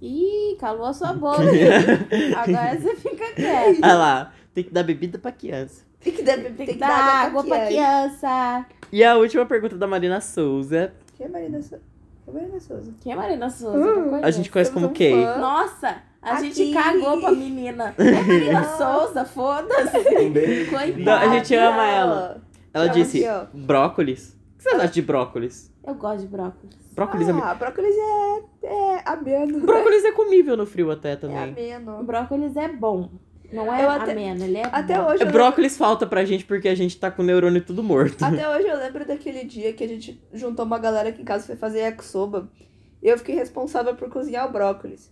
Speaker 3: Ih, calou a sua
Speaker 4: (laughs)
Speaker 3: boca. hein? agora você fica quieto.
Speaker 1: (laughs) Olha Ah lá, tem que dar bebida pra criança.
Speaker 4: Tem que dar, tem
Speaker 3: Tem que dar água pra criança.
Speaker 1: E a última pergunta da Marina Souza.
Speaker 4: Quem é Marina Souza? Quem é Marina Souza?
Speaker 3: Quem é Marina Souza?
Speaker 4: Hum,
Speaker 3: Eu conheço.
Speaker 1: A gente conhece
Speaker 4: Temos
Speaker 1: como
Speaker 4: um
Speaker 1: Kay.
Speaker 4: fã.
Speaker 3: Nossa, a
Speaker 4: Aqui.
Speaker 3: gente cagou pra
Speaker 4: (laughs)
Speaker 3: menina. É Marina Souza, foda-se.
Speaker 2: Um beijo.
Speaker 3: Coitada.
Speaker 1: Não, a
Speaker 4: Ah,
Speaker 1: gente ama ela. Ela
Speaker 4: Chama
Speaker 1: disse:
Speaker 4: aqui, ó.
Speaker 1: brócolis. O que você acha de brócolis?
Speaker 3: Eu gosto de brócolis.
Speaker 1: Brócolis é.
Speaker 4: Ah, brócolis é, é ameno.
Speaker 1: Brócolis é comível no frio até
Speaker 4: É
Speaker 1: também.
Speaker 3: O
Speaker 4: ameno.
Speaker 3: brócolis é bom. Não é
Speaker 4: Eu até-
Speaker 3: ameno, ele é
Speaker 4: Até
Speaker 3: bom.
Speaker 4: hoje,
Speaker 1: É,
Speaker 4: eu
Speaker 1: brócolis falta pra gente porque a gente tá com o neurônio tudo morto.
Speaker 4: lembro, até hoje eu lembro daquele dia que a gente juntou uma galera aqui em casa foi fazer yakisoba. E eu fiquei responsável por cozinhar o brócolis.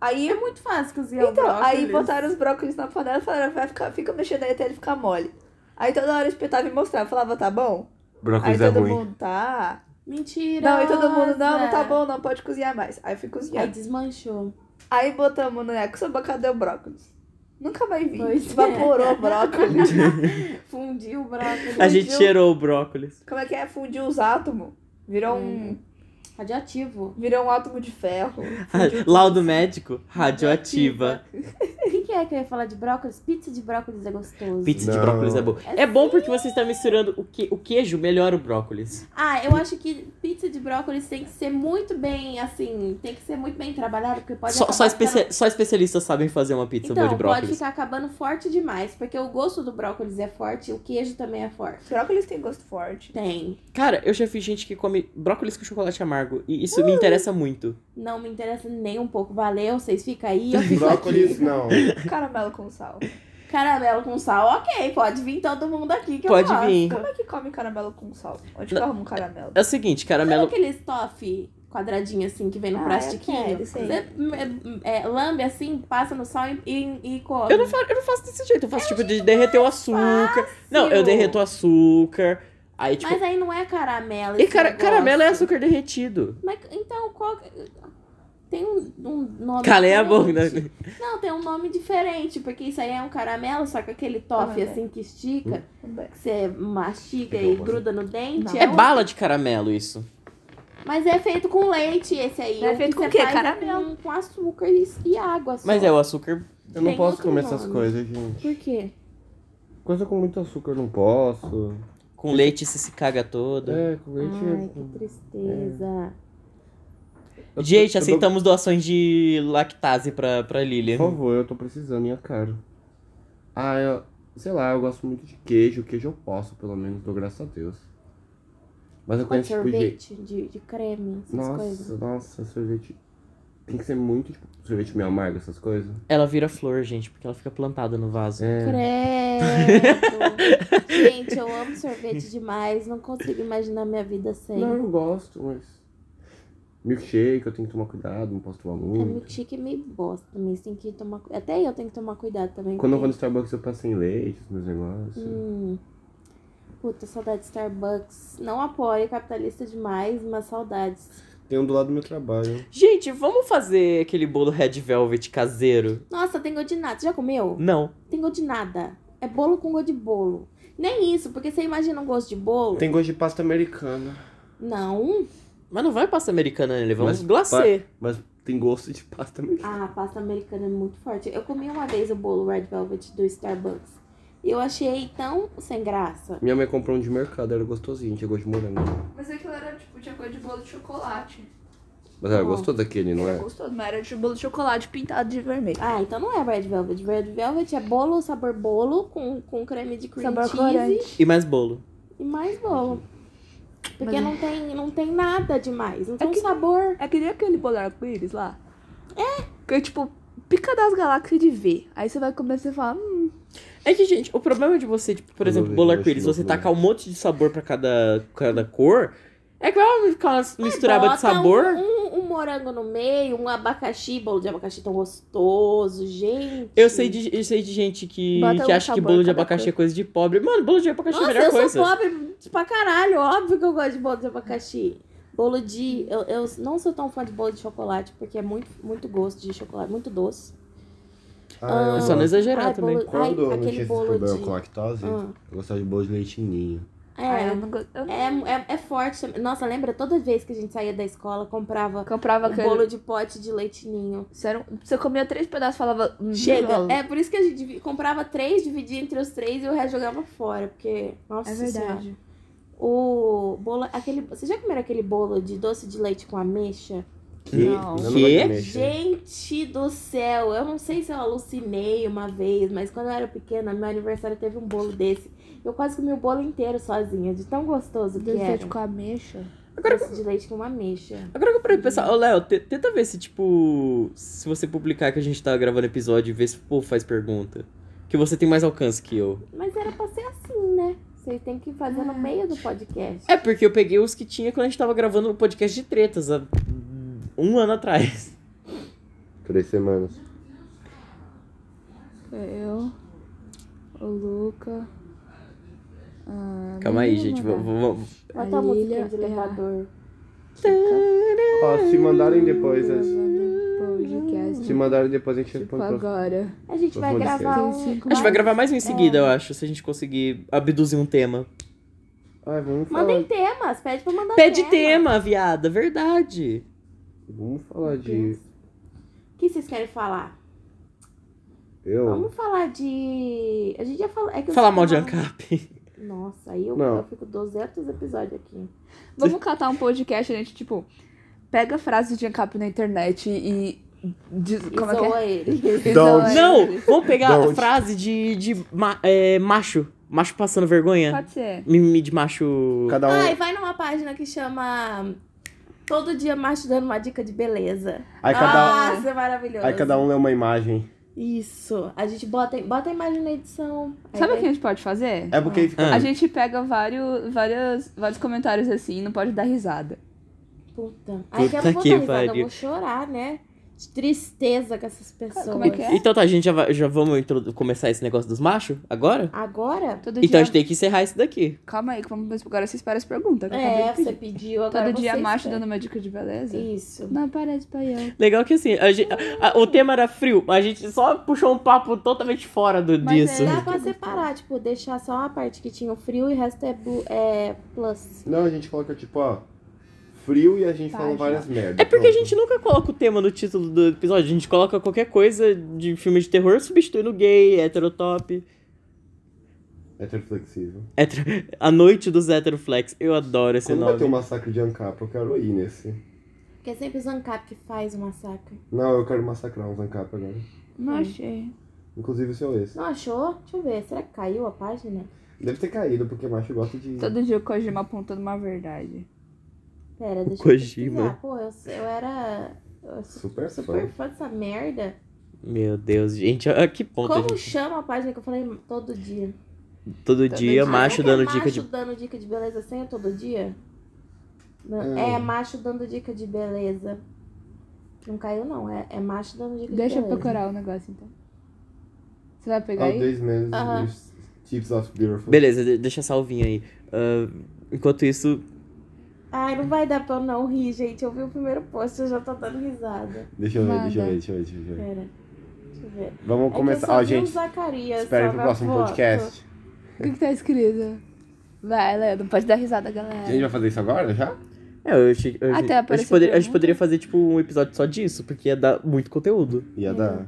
Speaker 4: Aí
Speaker 3: É muito fácil cozinhar
Speaker 4: Então,
Speaker 3: o brócolis.
Speaker 4: aí botaram os brócolis na panela e falaram, vai ficar, fica mexendo aí até ele ficar mole. Aí toda hora eu espetava e mostrava, falava, tá bom? Aí
Speaker 2: Brócolis é
Speaker 4: todo
Speaker 2: ruim.
Speaker 4: mundo, tá.
Speaker 3: Mentira.
Speaker 4: Não, e todo mundo, não, não tá bom, não, pode cozinhar mais. Aí fui
Speaker 3: Aí
Speaker 4: cozinhar.
Speaker 3: desmanchou.
Speaker 4: Aí botamos no yakisoba, cadê o brócolis? Nunca vai vir.
Speaker 3: Pois é.
Speaker 4: Evaporou o brócolis. (laughs)
Speaker 3: Fundiu o brócolis.
Speaker 1: A gente
Speaker 4: Fugiu.
Speaker 1: cheirou o brócolis.
Speaker 4: Como é que é? Fundiu os átomos. Virou um,
Speaker 3: Radioativo.
Speaker 4: virou um átomo de ferro.
Speaker 1: (laughs) Laudo médico, radioativa.
Speaker 3: O que, que é que eu ia falar de brócolis? Pizza de brócolis é gostoso.
Speaker 1: Pizza de
Speaker 2: Não.
Speaker 1: brócolis é bom.
Speaker 3: É
Speaker 1: É bom porque você está misturando o, que, o queijo, melhora o brócolis.
Speaker 3: Ah, eu acho que pizza de brócolis tem que ser muito bem, assim, tem que ser muito bem trabalhada, porque pode
Speaker 1: Só,
Speaker 3: acabar
Speaker 1: só,
Speaker 3: ficando-
Speaker 1: especia- só especialistas sabem fazer uma pizza boa
Speaker 3: Então,
Speaker 1: de
Speaker 3: pode
Speaker 1: brócolis.
Speaker 3: ficar acabando forte demais, porque o gosto do brócolis é forte, o queijo também é forte.
Speaker 4: Brócolis tem gosto forte.
Speaker 3: Tem.
Speaker 1: Cara, eu já vi gente que come brócolis com chocolate amargo. E isso me interessa muito.
Speaker 3: Não
Speaker 1: (laughs)
Speaker 3: me interessa nem um pouco. Valeu, vocês ficam aí. Eu fico aqui.
Speaker 2: Brócolis, não.
Speaker 4: Caramelo com sal.
Speaker 3: Caramelo com sal, ok, pode vir todo mundo aqui que
Speaker 1: Pode
Speaker 3: eu gosto.
Speaker 1: vir.
Speaker 4: Como é que come caramelo com sal? Onde que
Speaker 1: Não.
Speaker 4: eu arrumo caramelo?
Speaker 1: É o seguinte,
Speaker 3: Sabe
Speaker 1: caramelo.
Speaker 3: aqueles toffee quadradinho assim que vem no
Speaker 4: Ah, eu
Speaker 3: plastiquinho?
Speaker 4: quero, sei.
Speaker 3: Você hum, é, é, lambe assim, passa no sal e, e, e come.
Speaker 1: Eu não, faço, eu não faço desse jeito, eu faço tipo de derreter o açúcar. Não, eu derreto o açúcar. Aí, tipo.
Speaker 3: Mas aí não é caramelo.
Speaker 1: E
Speaker 3: esse
Speaker 1: cara,
Speaker 3: negócio.
Speaker 1: caramelo é açúcar derretido.
Speaker 3: Mas, então, qual. que- Tem um, um nome.
Speaker 1: Calei a boca,
Speaker 3: diferente.
Speaker 1: né?
Speaker 3: Não, tem um nome diferente, porque isso aí é um caramelo, só que aquele toffee
Speaker 4: Ah, é.
Speaker 3: assim que estica,
Speaker 4: Também.
Speaker 3: que você mastiga
Speaker 2: Que
Speaker 3: e
Speaker 2: bom,
Speaker 3: gruda no dente.
Speaker 4: Não.
Speaker 1: É
Speaker 3: um-
Speaker 1: bala de caramelo isso.
Speaker 3: Mas é feito com leite esse aí.
Speaker 4: É
Speaker 3: O que
Speaker 4: feito com
Speaker 3: você
Speaker 4: o quê?
Speaker 3: faz é
Speaker 4: Caramelo.
Speaker 3: Com, com açúcar e, e água. Só.
Speaker 1: Mas é o açúcar.
Speaker 2: Eu não
Speaker 3: Tem
Speaker 2: posso
Speaker 3: outro
Speaker 2: comer essas
Speaker 3: nome.
Speaker 2: coisas, gente.
Speaker 3: Por quê?
Speaker 2: Coisa com muito açúcar eu não posso.
Speaker 1: Com leite se se caga todo.
Speaker 2: É, com é. leite.
Speaker 3: Ai, que tristeza.
Speaker 2: Eu tô-
Speaker 1: Gente,
Speaker 2: eu tô-
Speaker 1: aceitamos doações de lactase pra, pra Lilian.
Speaker 2: Por favor, eu tô precisando e é caro. Ah, eu. Sei lá, eu gosto muito de queijo. Queijo eu posso, pelo menos, dou graças a Deus. Mas eu
Speaker 3: Com
Speaker 2: conheço tipo de.
Speaker 3: sorvete de, de creme, essas
Speaker 2: Nossa,
Speaker 3: coisas.
Speaker 2: nossa, sorvete. Tem que ser muito, tipo, sorvete meio amargo, essas coisas.
Speaker 1: Ela vira flor, gente, porque ela fica plantada no vaso.
Speaker 2: É. (laughs)
Speaker 3: Credo. Gente, eu amo sorvete demais. Não consigo imaginar minha vida sem.
Speaker 2: Não, eu gosto, mas. Milkshake, eu tenho que tomar cuidado, não posso tomar
Speaker 3: É
Speaker 2: muito.
Speaker 3: milkshake é meio bosta também. Você tem que tomar. cu- Até eu tenho que tomar cuidado também.
Speaker 2: Quando eu vou no
Speaker 3: porque-
Speaker 2: Starbucks, eu peço sem leite, os meus negócios.
Speaker 3: Hum. Puta, saudade de Starbucks. Não apoio capitalista demais, mas saudades.
Speaker 2: Tem um do lado do meu trabalho.
Speaker 1: Gente, vamos fazer aquele bolo red velvet caseiro?
Speaker 3: Nossa, tem gosto de nada. Você já comeu?
Speaker 1: Não.
Speaker 3: Tem gosto de nada. É bolo com gosto de bolo. Nem isso, porque você imagina um gosto de bolo.
Speaker 2: Tem gosto de pasta americana.
Speaker 3: Não.
Speaker 1: Mas não vai pasta americana nele, vamos
Speaker 2: Mas
Speaker 1: glacê.
Speaker 2: Mas tem gosto de pasta americana.
Speaker 3: Ah, a pasta americana é muito forte. Eu comi uma vez o bolo Red Velvet do Starbucks. E eu achei tão sem graça.
Speaker 2: Minha mãe comprou um de mercado, era gostosinho, tinha gosto de morango.
Speaker 4: Mas aquilo era tipo, tinha coisa de bolo de chocolate.
Speaker 2: Mas era
Speaker 3: Bom.
Speaker 2: gostoso daquele, não
Speaker 4: Era
Speaker 2: é?
Speaker 4: gostoso, mas era de bolo de chocolate pintado de vermelho.
Speaker 3: Ah, então não é Red Velvet. Red Velvet é bolo, sabor bolo, com, com creme de cream
Speaker 4: Sabor
Speaker 3: cheese
Speaker 4: corante.
Speaker 1: E mais bolo.
Speaker 3: e mais bolo. Porque
Speaker 4: Mas-
Speaker 3: não, tem, não tem nada demais. Não tem
Speaker 4: É
Speaker 3: um
Speaker 4: que-
Speaker 3: sabor.
Speaker 4: É que nem aquele bolo arco-íris lá. É. Que é tipo, pica das galáxias de V. Aí você vai comer e você fala, hum,
Speaker 1: É que, gente, o problema de você, tipo, por
Speaker 2: Eu
Speaker 1: exemplo,
Speaker 2: não
Speaker 1: bolo
Speaker 2: vejo
Speaker 1: arco-íris,
Speaker 2: gosto
Speaker 1: você
Speaker 2: não.
Speaker 1: tacar um monte de sabor pra cada, cada cor, é que vai ficar uma misturada
Speaker 3: Bota
Speaker 1: de sabor.
Speaker 3: Um, um- um morango no meio, um abacaxi, bolo de abacaxi tão gostoso, gente.
Speaker 1: Eu sei de, eu sei de gente que,
Speaker 4: Bota
Speaker 1: que
Speaker 4: um
Speaker 1: acha que
Speaker 4: sabor
Speaker 1: bolo de
Speaker 4: cada
Speaker 1: abacaxi
Speaker 4: cor.
Speaker 1: é coisa de pobre. Mano, bolo de abacaxi é
Speaker 3: Nossa,
Speaker 1: a melhor
Speaker 3: eu
Speaker 1: coisa.
Speaker 3: sou pobre pra caralho. Óbvio que eu gosto de bolo de abacaxi. Bolo de. Eu, eu não sou tão fã de bolo de chocolate, porque é muito, muito gosto de chocolate, muito doce.
Speaker 1: É só não exagerar
Speaker 3: Ah, Ai,
Speaker 1: também.
Speaker 3: bolo-
Speaker 2: Ah, Quando
Speaker 3: ai,
Speaker 2: eu não tinha
Speaker 3: aquele
Speaker 2: esse
Speaker 3: bolo
Speaker 2: problema
Speaker 3: de.
Speaker 2: com lactose,
Speaker 3: Ah.
Speaker 2: eu gostava de bolo de leite ninho.
Speaker 4: ah, eu
Speaker 3: É,
Speaker 4: não gosto. Eu
Speaker 3: é, é, é forte também. Nossa, lembra toda vez que a gente saía da escola, comprava
Speaker 4: comprava
Speaker 3: um
Speaker 4: aquele.
Speaker 3: bolo de pote de leitinho.
Speaker 4: Isso era um- Você comia três pedaços e falava, hum,
Speaker 3: Chega!
Speaker 4: não.
Speaker 3: É por isso que a gente divi- comprava três, dividia entre os três e o resto jogava fora. Porque, nossa
Speaker 4: É
Speaker 3: Senhora.
Speaker 4: verdade.
Speaker 3: O bolo, aquele, vocês já comeram aquele bolo de doce de leite com ameixa?
Speaker 2: Que?
Speaker 4: Não.
Speaker 2: Eu não
Speaker 1: Que?
Speaker 2: gosto de mexer.
Speaker 3: Gente do céu, eu não sei se eu alucinei uma vez, mas quando eu era pequena, meu aniversário teve um bolo desse. Eu quase comi o bolo inteiro sozinha, de tão gostoso que
Speaker 4: Doce
Speaker 3: era.
Speaker 4: de com ameixa.
Speaker 3: Doce de leite com uma ameixa.
Speaker 1: Agora que eu parei de pensar, ô Léo, te- tenta ver se, tipo, se você publicar que a gente tá gravando episódio e ver se o povo faz pergunta. Que você tem mais alcance que eu.
Speaker 3: Mas era pra ser assim, né? Vocês têm que fazer no meio do podcast.
Speaker 1: É porque eu peguei os que tinha quando a gente tava gravando o podcast de tretas há um ano atrás.
Speaker 2: Três semanas.
Speaker 4: Eu, o Luca. a
Speaker 1: Calma aí,
Speaker 4: minha
Speaker 1: gente.
Speaker 4: namorada.
Speaker 1: Vamos. vamos-
Speaker 3: Bota a
Speaker 4: A
Speaker 3: música
Speaker 4: Lilia
Speaker 3: de
Speaker 4: é a-
Speaker 3: elevador.
Speaker 2: Ó, se mandarem depois,
Speaker 1: é.
Speaker 2: as-
Speaker 4: Podcast.
Speaker 2: se mandarem depois a gente
Speaker 4: Tipo
Speaker 2: responde. pra-
Speaker 4: agora.
Speaker 3: A gente vai
Speaker 2: Vou
Speaker 3: gravar
Speaker 4: descer.
Speaker 3: um.
Speaker 4: Tem cinco
Speaker 1: A gente vai gravar
Speaker 4: é.
Speaker 1: mais um em seguida, eu acho, se a gente conseguir abduzir um tema.
Speaker 4: Tá
Speaker 2: Ai, vamos falar.
Speaker 3: Mandem temas, pede pra mandar
Speaker 1: é? Pede tema, viada, verdade.
Speaker 2: Vamos falar de.
Speaker 3: O que vocês querem falar?
Speaker 2: Eu?
Speaker 3: Vamos falar de. A gente já falou. É que eu
Speaker 1: Falar
Speaker 3: sei
Speaker 1: mal de
Speaker 3: que eu-
Speaker 1: ANCAP.
Speaker 3: Nossa, aí eu,
Speaker 2: Não.
Speaker 3: eu fico 200 episódios aqui.
Speaker 4: Vamos catar um podcast, a gente, tipo, pega frases de ANCAP na internet e. Diz,
Speaker 3: E
Speaker 4: como é que é?
Speaker 3: zoa ele.
Speaker 2: Don't.
Speaker 4: E zoa ele.
Speaker 1: Não, vamos pegar
Speaker 2: Don't.
Speaker 1: a frase de, de ma- é, macho. Macho passando vergonha.
Speaker 4: Pode ser.
Speaker 1: Mimimi de macho.
Speaker 2: Cada
Speaker 3: Ai,
Speaker 2: um.
Speaker 3: vai numa página que chama. Todo dia macho dando uma dica de beleza.
Speaker 2: Aí cada, um-
Speaker 3: Nossa, é maravilhoso.
Speaker 2: aí cada um lê uma imagem.
Speaker 3: Isso. A gente bota, bota a imagem na edição. Aí
Speaker 4: Sabe o
Speaker 3: vai-
Speaker 4: que a gente pode fazer?
Speaker 2: É porque fica.
Speaker 1: Ah.
Speaker 4: A gente pega vários, vários, vários comentários assim e não pode dar risada.
Speaker 3: Puta. Aí que eu
Speaker 1: Puta
Speaker 3: não vou
Speaker 1: que
Speaker 3: dar risada, eu
Speaker 1: pariu.
Speaker 3: vou chorar, né? De tristeza com essas pessoas.
Speaker 4: Como é que é?
Speaker 1: Então tá, a gente já, vai- já vamos introdu- começar esse negócio dos machos agora?
Speaker 3: Agora?
Speaker 4: Todo
Speaker 1: Então a
Speaker 4: dia.
Speaker 1: gente tem que encerrar isso daqui.
Speaker 4: Calma aí, que vamos agora vocês esperam as perguntas. que eu acabei
Speaker 3: É,
Speaker 4: de pedir.
Speaker 3: você pediu agora.
Speaker 4: Todo dia
Speaker 3: você
Speaker 4: macho
Speaker 3: espera.
Speaker 4: dando uma dica de beleza.
Speaker 3: Isso.
Speaker 4: Não parece paião.
Speaker 1: Legal que assim, a gente- a- o tema era frio, mas a gente só puxou um papo totalmente fora do,
Speaker 4: Mas
Speaker 1: disso.
Speaker 4: é-
Speaker 3: Dá pra separar, tipo, deixar só uma parte que tinha o frio e o resto é, bu- é plus.
Speaker 2: Não, a gente coloca tipo, ó. Frio e a gente
Speaker 4: Tá,
Speaker 2: fala
Speaker 4: já.
Speaker 2: várias merdas.
Speaker 1: É porque a
Speaker 2: pronto.
Speaker 1: gente nunca coloca o tema no título do episódio, a gente coloca qualquer coisa de filme de terror substituindo gay, heterotop,
Speaker 2: É ter flexível.
Speaker 1: hetero... (laughs) A Noite dos Heteroflex. Eu adoro esse
Speaker 2: Quando vai ter
Speaker 1: nome.
Speaker 2: um massacre de Ancap? Eu quero ir nesse.
Speaker 3: Porque é sempre o Zancap que faz o massacre.
Speaker 2: Não, eu quero massacrar uns Ancap agora.
Speaker 4: Não
Speaker 3: Hum.
Speaker 4: achei.
Speaker 2: Inclusive o seu ex.
Speaker 3: Não achou? Deixa eu ver. Será que caiu a página?
Speaker 2: Deve ter caído, porque macho gosta
Speaker 3: É.
Speaker 2: de.
Speaker 4: Todo dia o Kojima apontando uma verdade.
Speaker 3: Pera, deixa
Speaker 1: Kojima.
Speaker 3: eu pesquisar. Pô, eu, eu era... eu su-
Speaker 2: Super
Speaker 3: super
Speaker 2: fã.
Speaker 3: fã dessa merda.
Speaker 1: Meu Deus, gente, a que ponto a
Speaker 3: Como
Speaker 1: gente...
Speaker 3: chama a página que eu falei todo dia?
Speaker 1: Todo
Speaker 4: Todo
Speaker 1: dia,
Speaker 4: dia.
Speaker 1: macho
Speaker 3: Ah, será que
Speaker 1: dando
Speaker 3: é
Speaker 1: dica de...
Speaker 3: Macho dando dica de beleza sem o todo dia? Não,
Speaker 2: É.
Speaker 3: é. macho dando dica de beleza. Não caiu, não. É, é macho dando dica
Speaker 4: Deixa
Speaker 3: de
Speaker 4: eu
Speaker 3: beleza.
Speaker 4: procurar o negócio então. Você vai pegar
Speaker 2: All
Speaker 4: aí?
Speaker 2: days men
Speaker 3: Aham.
Speaker 2: tips of beautiful.
Speaker 1: Beleza, de- deixa a salvinha aí. Ah, enquanto isso,
Speaker 3: Ai, não vai dar pra eu não rir, gente. Eu vi o primeiro post e eu já tô dando risada.
Speaker 2: Deixa eu ver,
Speaker 4: Manda.
Speaker 2: deixa eu ver, deixa eu ver, deixa eu ver.
Speaker 3: Pera. Deixa eu ver.
Speaker 2: Vamos
Speaker 3: É
Speaker 2: começar.
Speaker 3: que eu só
Speaker 2: Ó,
Speaker 3: vi o
Speaker 2: gente,
Speaker 3: Zacarias.
Speaker 2: espera
Speaker 3: só
Speaker 2: pro
Speaker 3: na
Speaker 2: próximo
Speaker 3: foto.
Speaker 2: podcast.
Speaker 4: O que, que tá escrito? Vai, Léo, não pode dar risada,
Speaker 2: A gente
Speaker 4: galera.
Speaker 2: vai fazer isso agora já?
Speaker 1: É, eu achei, eu achei-
Speaker 4: Até
Speaker 1: a,
Speaker 4: aparecer
Speaker 1: gente poderia, a gente
Speaker 4: pergunta.
Speaker 1: poderia fazer, tipo, um episódio só disso, porque ia dar muito conteúdo.
Speaker 2: Ia
Speaker 3: Uhum.
Speaker 4: É.
Speaker 2: dar.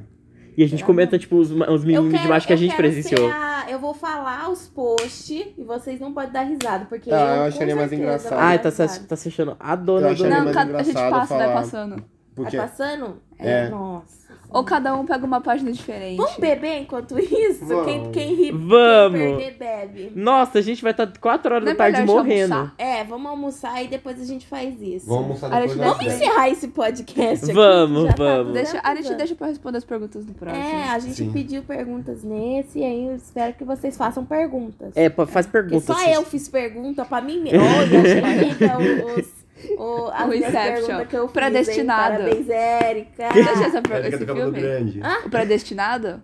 Speaker 1: E a gente
Speaker 4: Será?
Speaker 1: comenta, tipo, os, ma- os
Speaker 3: Eu
Speaker 1: meninos de
Speaker 3: quero-
Speaker 1: macho que a
Speaker 3: eu
Speaker 1: gente
Speaker 3: quero
Speaker 1: presenciou.
Speaker 3: ser a- eu vou falar os posts e vocês não podem dar risada, porque.
Speaker 2: Ah,
Speaker 3: eu,
Speaker 2: eu
Speaker 3: com
Speaker 2: acharia mais
Speaker 3: certeza
Speaker 2: engraçado.
Speaker 3: vou dar
Speaker 1: Ai, tá se,
Speaker 3: risada.
Speaker 1: tá se achando a dona
Speaker 2: Eu
Speaker 1: do...
Speaker 2: achei
Speaker 4: Não,
Speaker 2: mais
Speaker 4: cada- a gente
Speaker 2: engraçado
Speaker 4: passa, vai
Speaker 2: falar.
Speaker 4: passando.
Speaker 2: Porque.
Speaker 3: Vai Tá passando?
Speaker 2: É.
Speaker 3: Nossa.
Speaker 4: Ou cada um pega uma página diferente.
Speaker 3: Vamos beber enquanto isso?
Speaker 2: Vamos.
Speaker 3: Quem, quem ri, quem
Speaker 1: Vamos!
Speaker 3: perder, bebe.
Speaker 1: Nossa, a gente vai estar 4 horas
Speaker 4: Não é
Speaker 1: da tarde
Speaker 4: melhor a gente
Speaker 1: morrendo.
Speaker 4: almoçar?
Speaker 3: É, vamos almoçar e depois a gente faz isso.
Speaker 2: Vamos almoçar
Speaker 4: Olha,
Speaker 2: depois
Speaker 4: deixa-
Speaker 2: das
Speaker 3: Vamos
Speaker 4: Vamos
Speaker 2: dez.
Speaker 3: encerrar esse podcast aqui.
Speaker 1: Vamos,
Speaker 3: que já tá
Speaker 1: vamos.
Speaker 4: Deixa, a gente
Speaker 3: 200
Speaker 4: deixa pra responder as perguntas do próximo.
Speaker 3: É, a gente
Speaker 2: Sim.
Speaker 3: pediu perguntas nesse e aí eu espero que vocês façam perguntas.
Speaker 1: É, pa- faz
Speaker 3: Porque
Speaker 1: perguntas.
Speaker 3: só eu fiz pergunta pra mim mesmo. Olha, achei
Speaker 2: (laughs)
Speaker 3: linda os, o, as
Speaker 4: O
Speaker 3: minhas
Speaker 4: Inception.
Speaker 3: perguntas que eu fiz. hein?
Speaker 4: Predestinado.
Speaker 2: (laughs)
Speaker 3: Parabéns, Érica.
Speaker 4: Você assistiu
Speaker 2: Vai
Speaker 4: essa-
Speaker 2: ficar
Speaker 4: esse
Speaker 2: é do cabelo
Speaker 4: filme?
Speaker 2: grande.
Speaker 3: Ah.
Speaker 4: O Predestinado?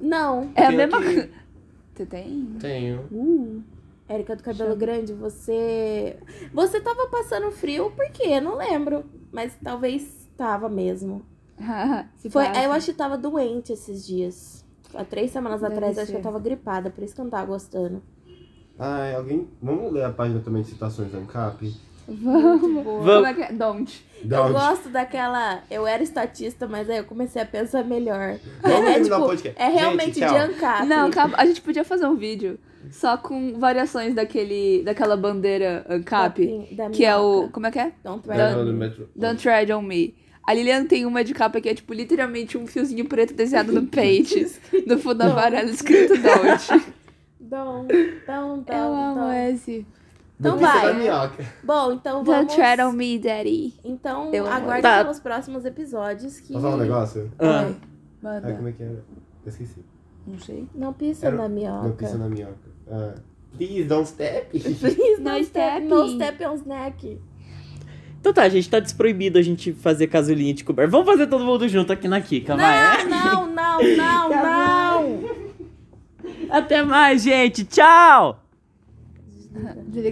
Speaker 3: Não,
Speaker 4: É a
Speaker 2: Tem
Speaker 4: mesma
Speaker 2: aqui.
Speaker 4: coisa. Você tem? (laughs)
Speaker 2: Tenho.
Speaker 4: Uh.
Speaker 3: Hum. Érica do Cabelo Grande, você. Você tava passando frio, por quê? Não lembro. Mas talvez tava mesmo.
Speaker 4: Se
Speaker 3: Foi,
Speaker 4: passa.
Speaker 3: eu acho que tava doente esses dias. Há três semanas
Speaker 4: Deve
Speaker 3: atrás, acho que
Speaker 4: ser.
Speaker 3: eu tava gripada, por isso que eu não tava gostando.
Speaker 2: Ai, alguém. Vamos ler a página também de citações Ancap?
Speaker 4: Vamos.
Speaker 3: Muito boa.
Speaker 4: Como é que é? Don't.
Speaker 2: Dá
Speaker 3: Eu
Speaker 2: um-
Speaker 3: gosto daquela. Eu era estatista, mas aí eu comecei a pensar melhor.
Speaker 2: Vamos
Speaker 3: é,
Speaker 2: terminar o
Speaker 3: tipo,
Speaker 2: podcast.
Speaker 3: é realmente
Speaker 2: Gente,
Speaker 3: de
Speaker 2: tchau.
Speaker 3: ANCAP.
Speaker 4: Não, calma, a gente podia fazer um vídeo só com variações daquele, daquela bandeira ANCAP,
Speaker 3: Da
Speaker 4: que é o.
Speaker 3: minhoca.
Speaker 4: Como é que é?
Speaker 3: Don't
Speaker 2: Vai
Speaker 3: worry.
Speaker 2: lá no metro.
Speaker 4: Don't Tread on Me. A Lilian tem uma de capa que é tipo literalmente um fiozinho preto desenhado no pente, no fundo amarelo escrito Don't.
Speaker 3: Don't, don't,
Speaker 4: Eu
Speaker 3: don't,
Speaker 4: amo
Speaker 3: don't.
Speaker 4: esse.
Speaker 3: Então
Speaker 2: Notícia
Speaker 3: vai.
Speaker 2: da minhoca.
Speaker 3: Bom, então
Speaker 4: Don't
Speaker 3: vamos.
Speaker 4: Tread on Me, Daddy.
Speaker 3: Então,
Speaker 4: Eu amo.
Speaker 3: aguardem
Speaker 1: Tá.
Speaker 3: pelos próximos episódios que.
Speaker 2: Posso falar um negócio?
Speaker 1: Ah,
Speaker 3: Tá
Speaker 2: Ai,
Speaker 4: Manda.
Speaker 2: como é que era? Eu esqueci.
Speaker 4: Não sei.
Speaker 3: Não pisa
Speaker 2: Era-
Speaker 3: na
Speaker 2: Não pisa
Speaker 3: minhoca.
Speaker 2: na minhoca. Ah, please don't step.
Speaker 3: Please,
Speaker 4: No
Speaker 3: no step,
Speaker 4: step.
Speaker 3: no step on snack.
Speaker 1: Então tá, gente, tá desproibido a gente fazer casulinha de coberta. Vamos fazer todo mundo junto aqui na
Speaker 2: Ah,
Speaker 1: Kika,
Speaker 2: é?
Speaker 1: vai.
Speaker 3: Não, não,
Speaker 4: (laughs)
Speaker 3: não,
Speaker 4: Tá
Speaker 3: não.
Speaker 1: Até mais, gente. Tchau!
Speaker 4: Desliga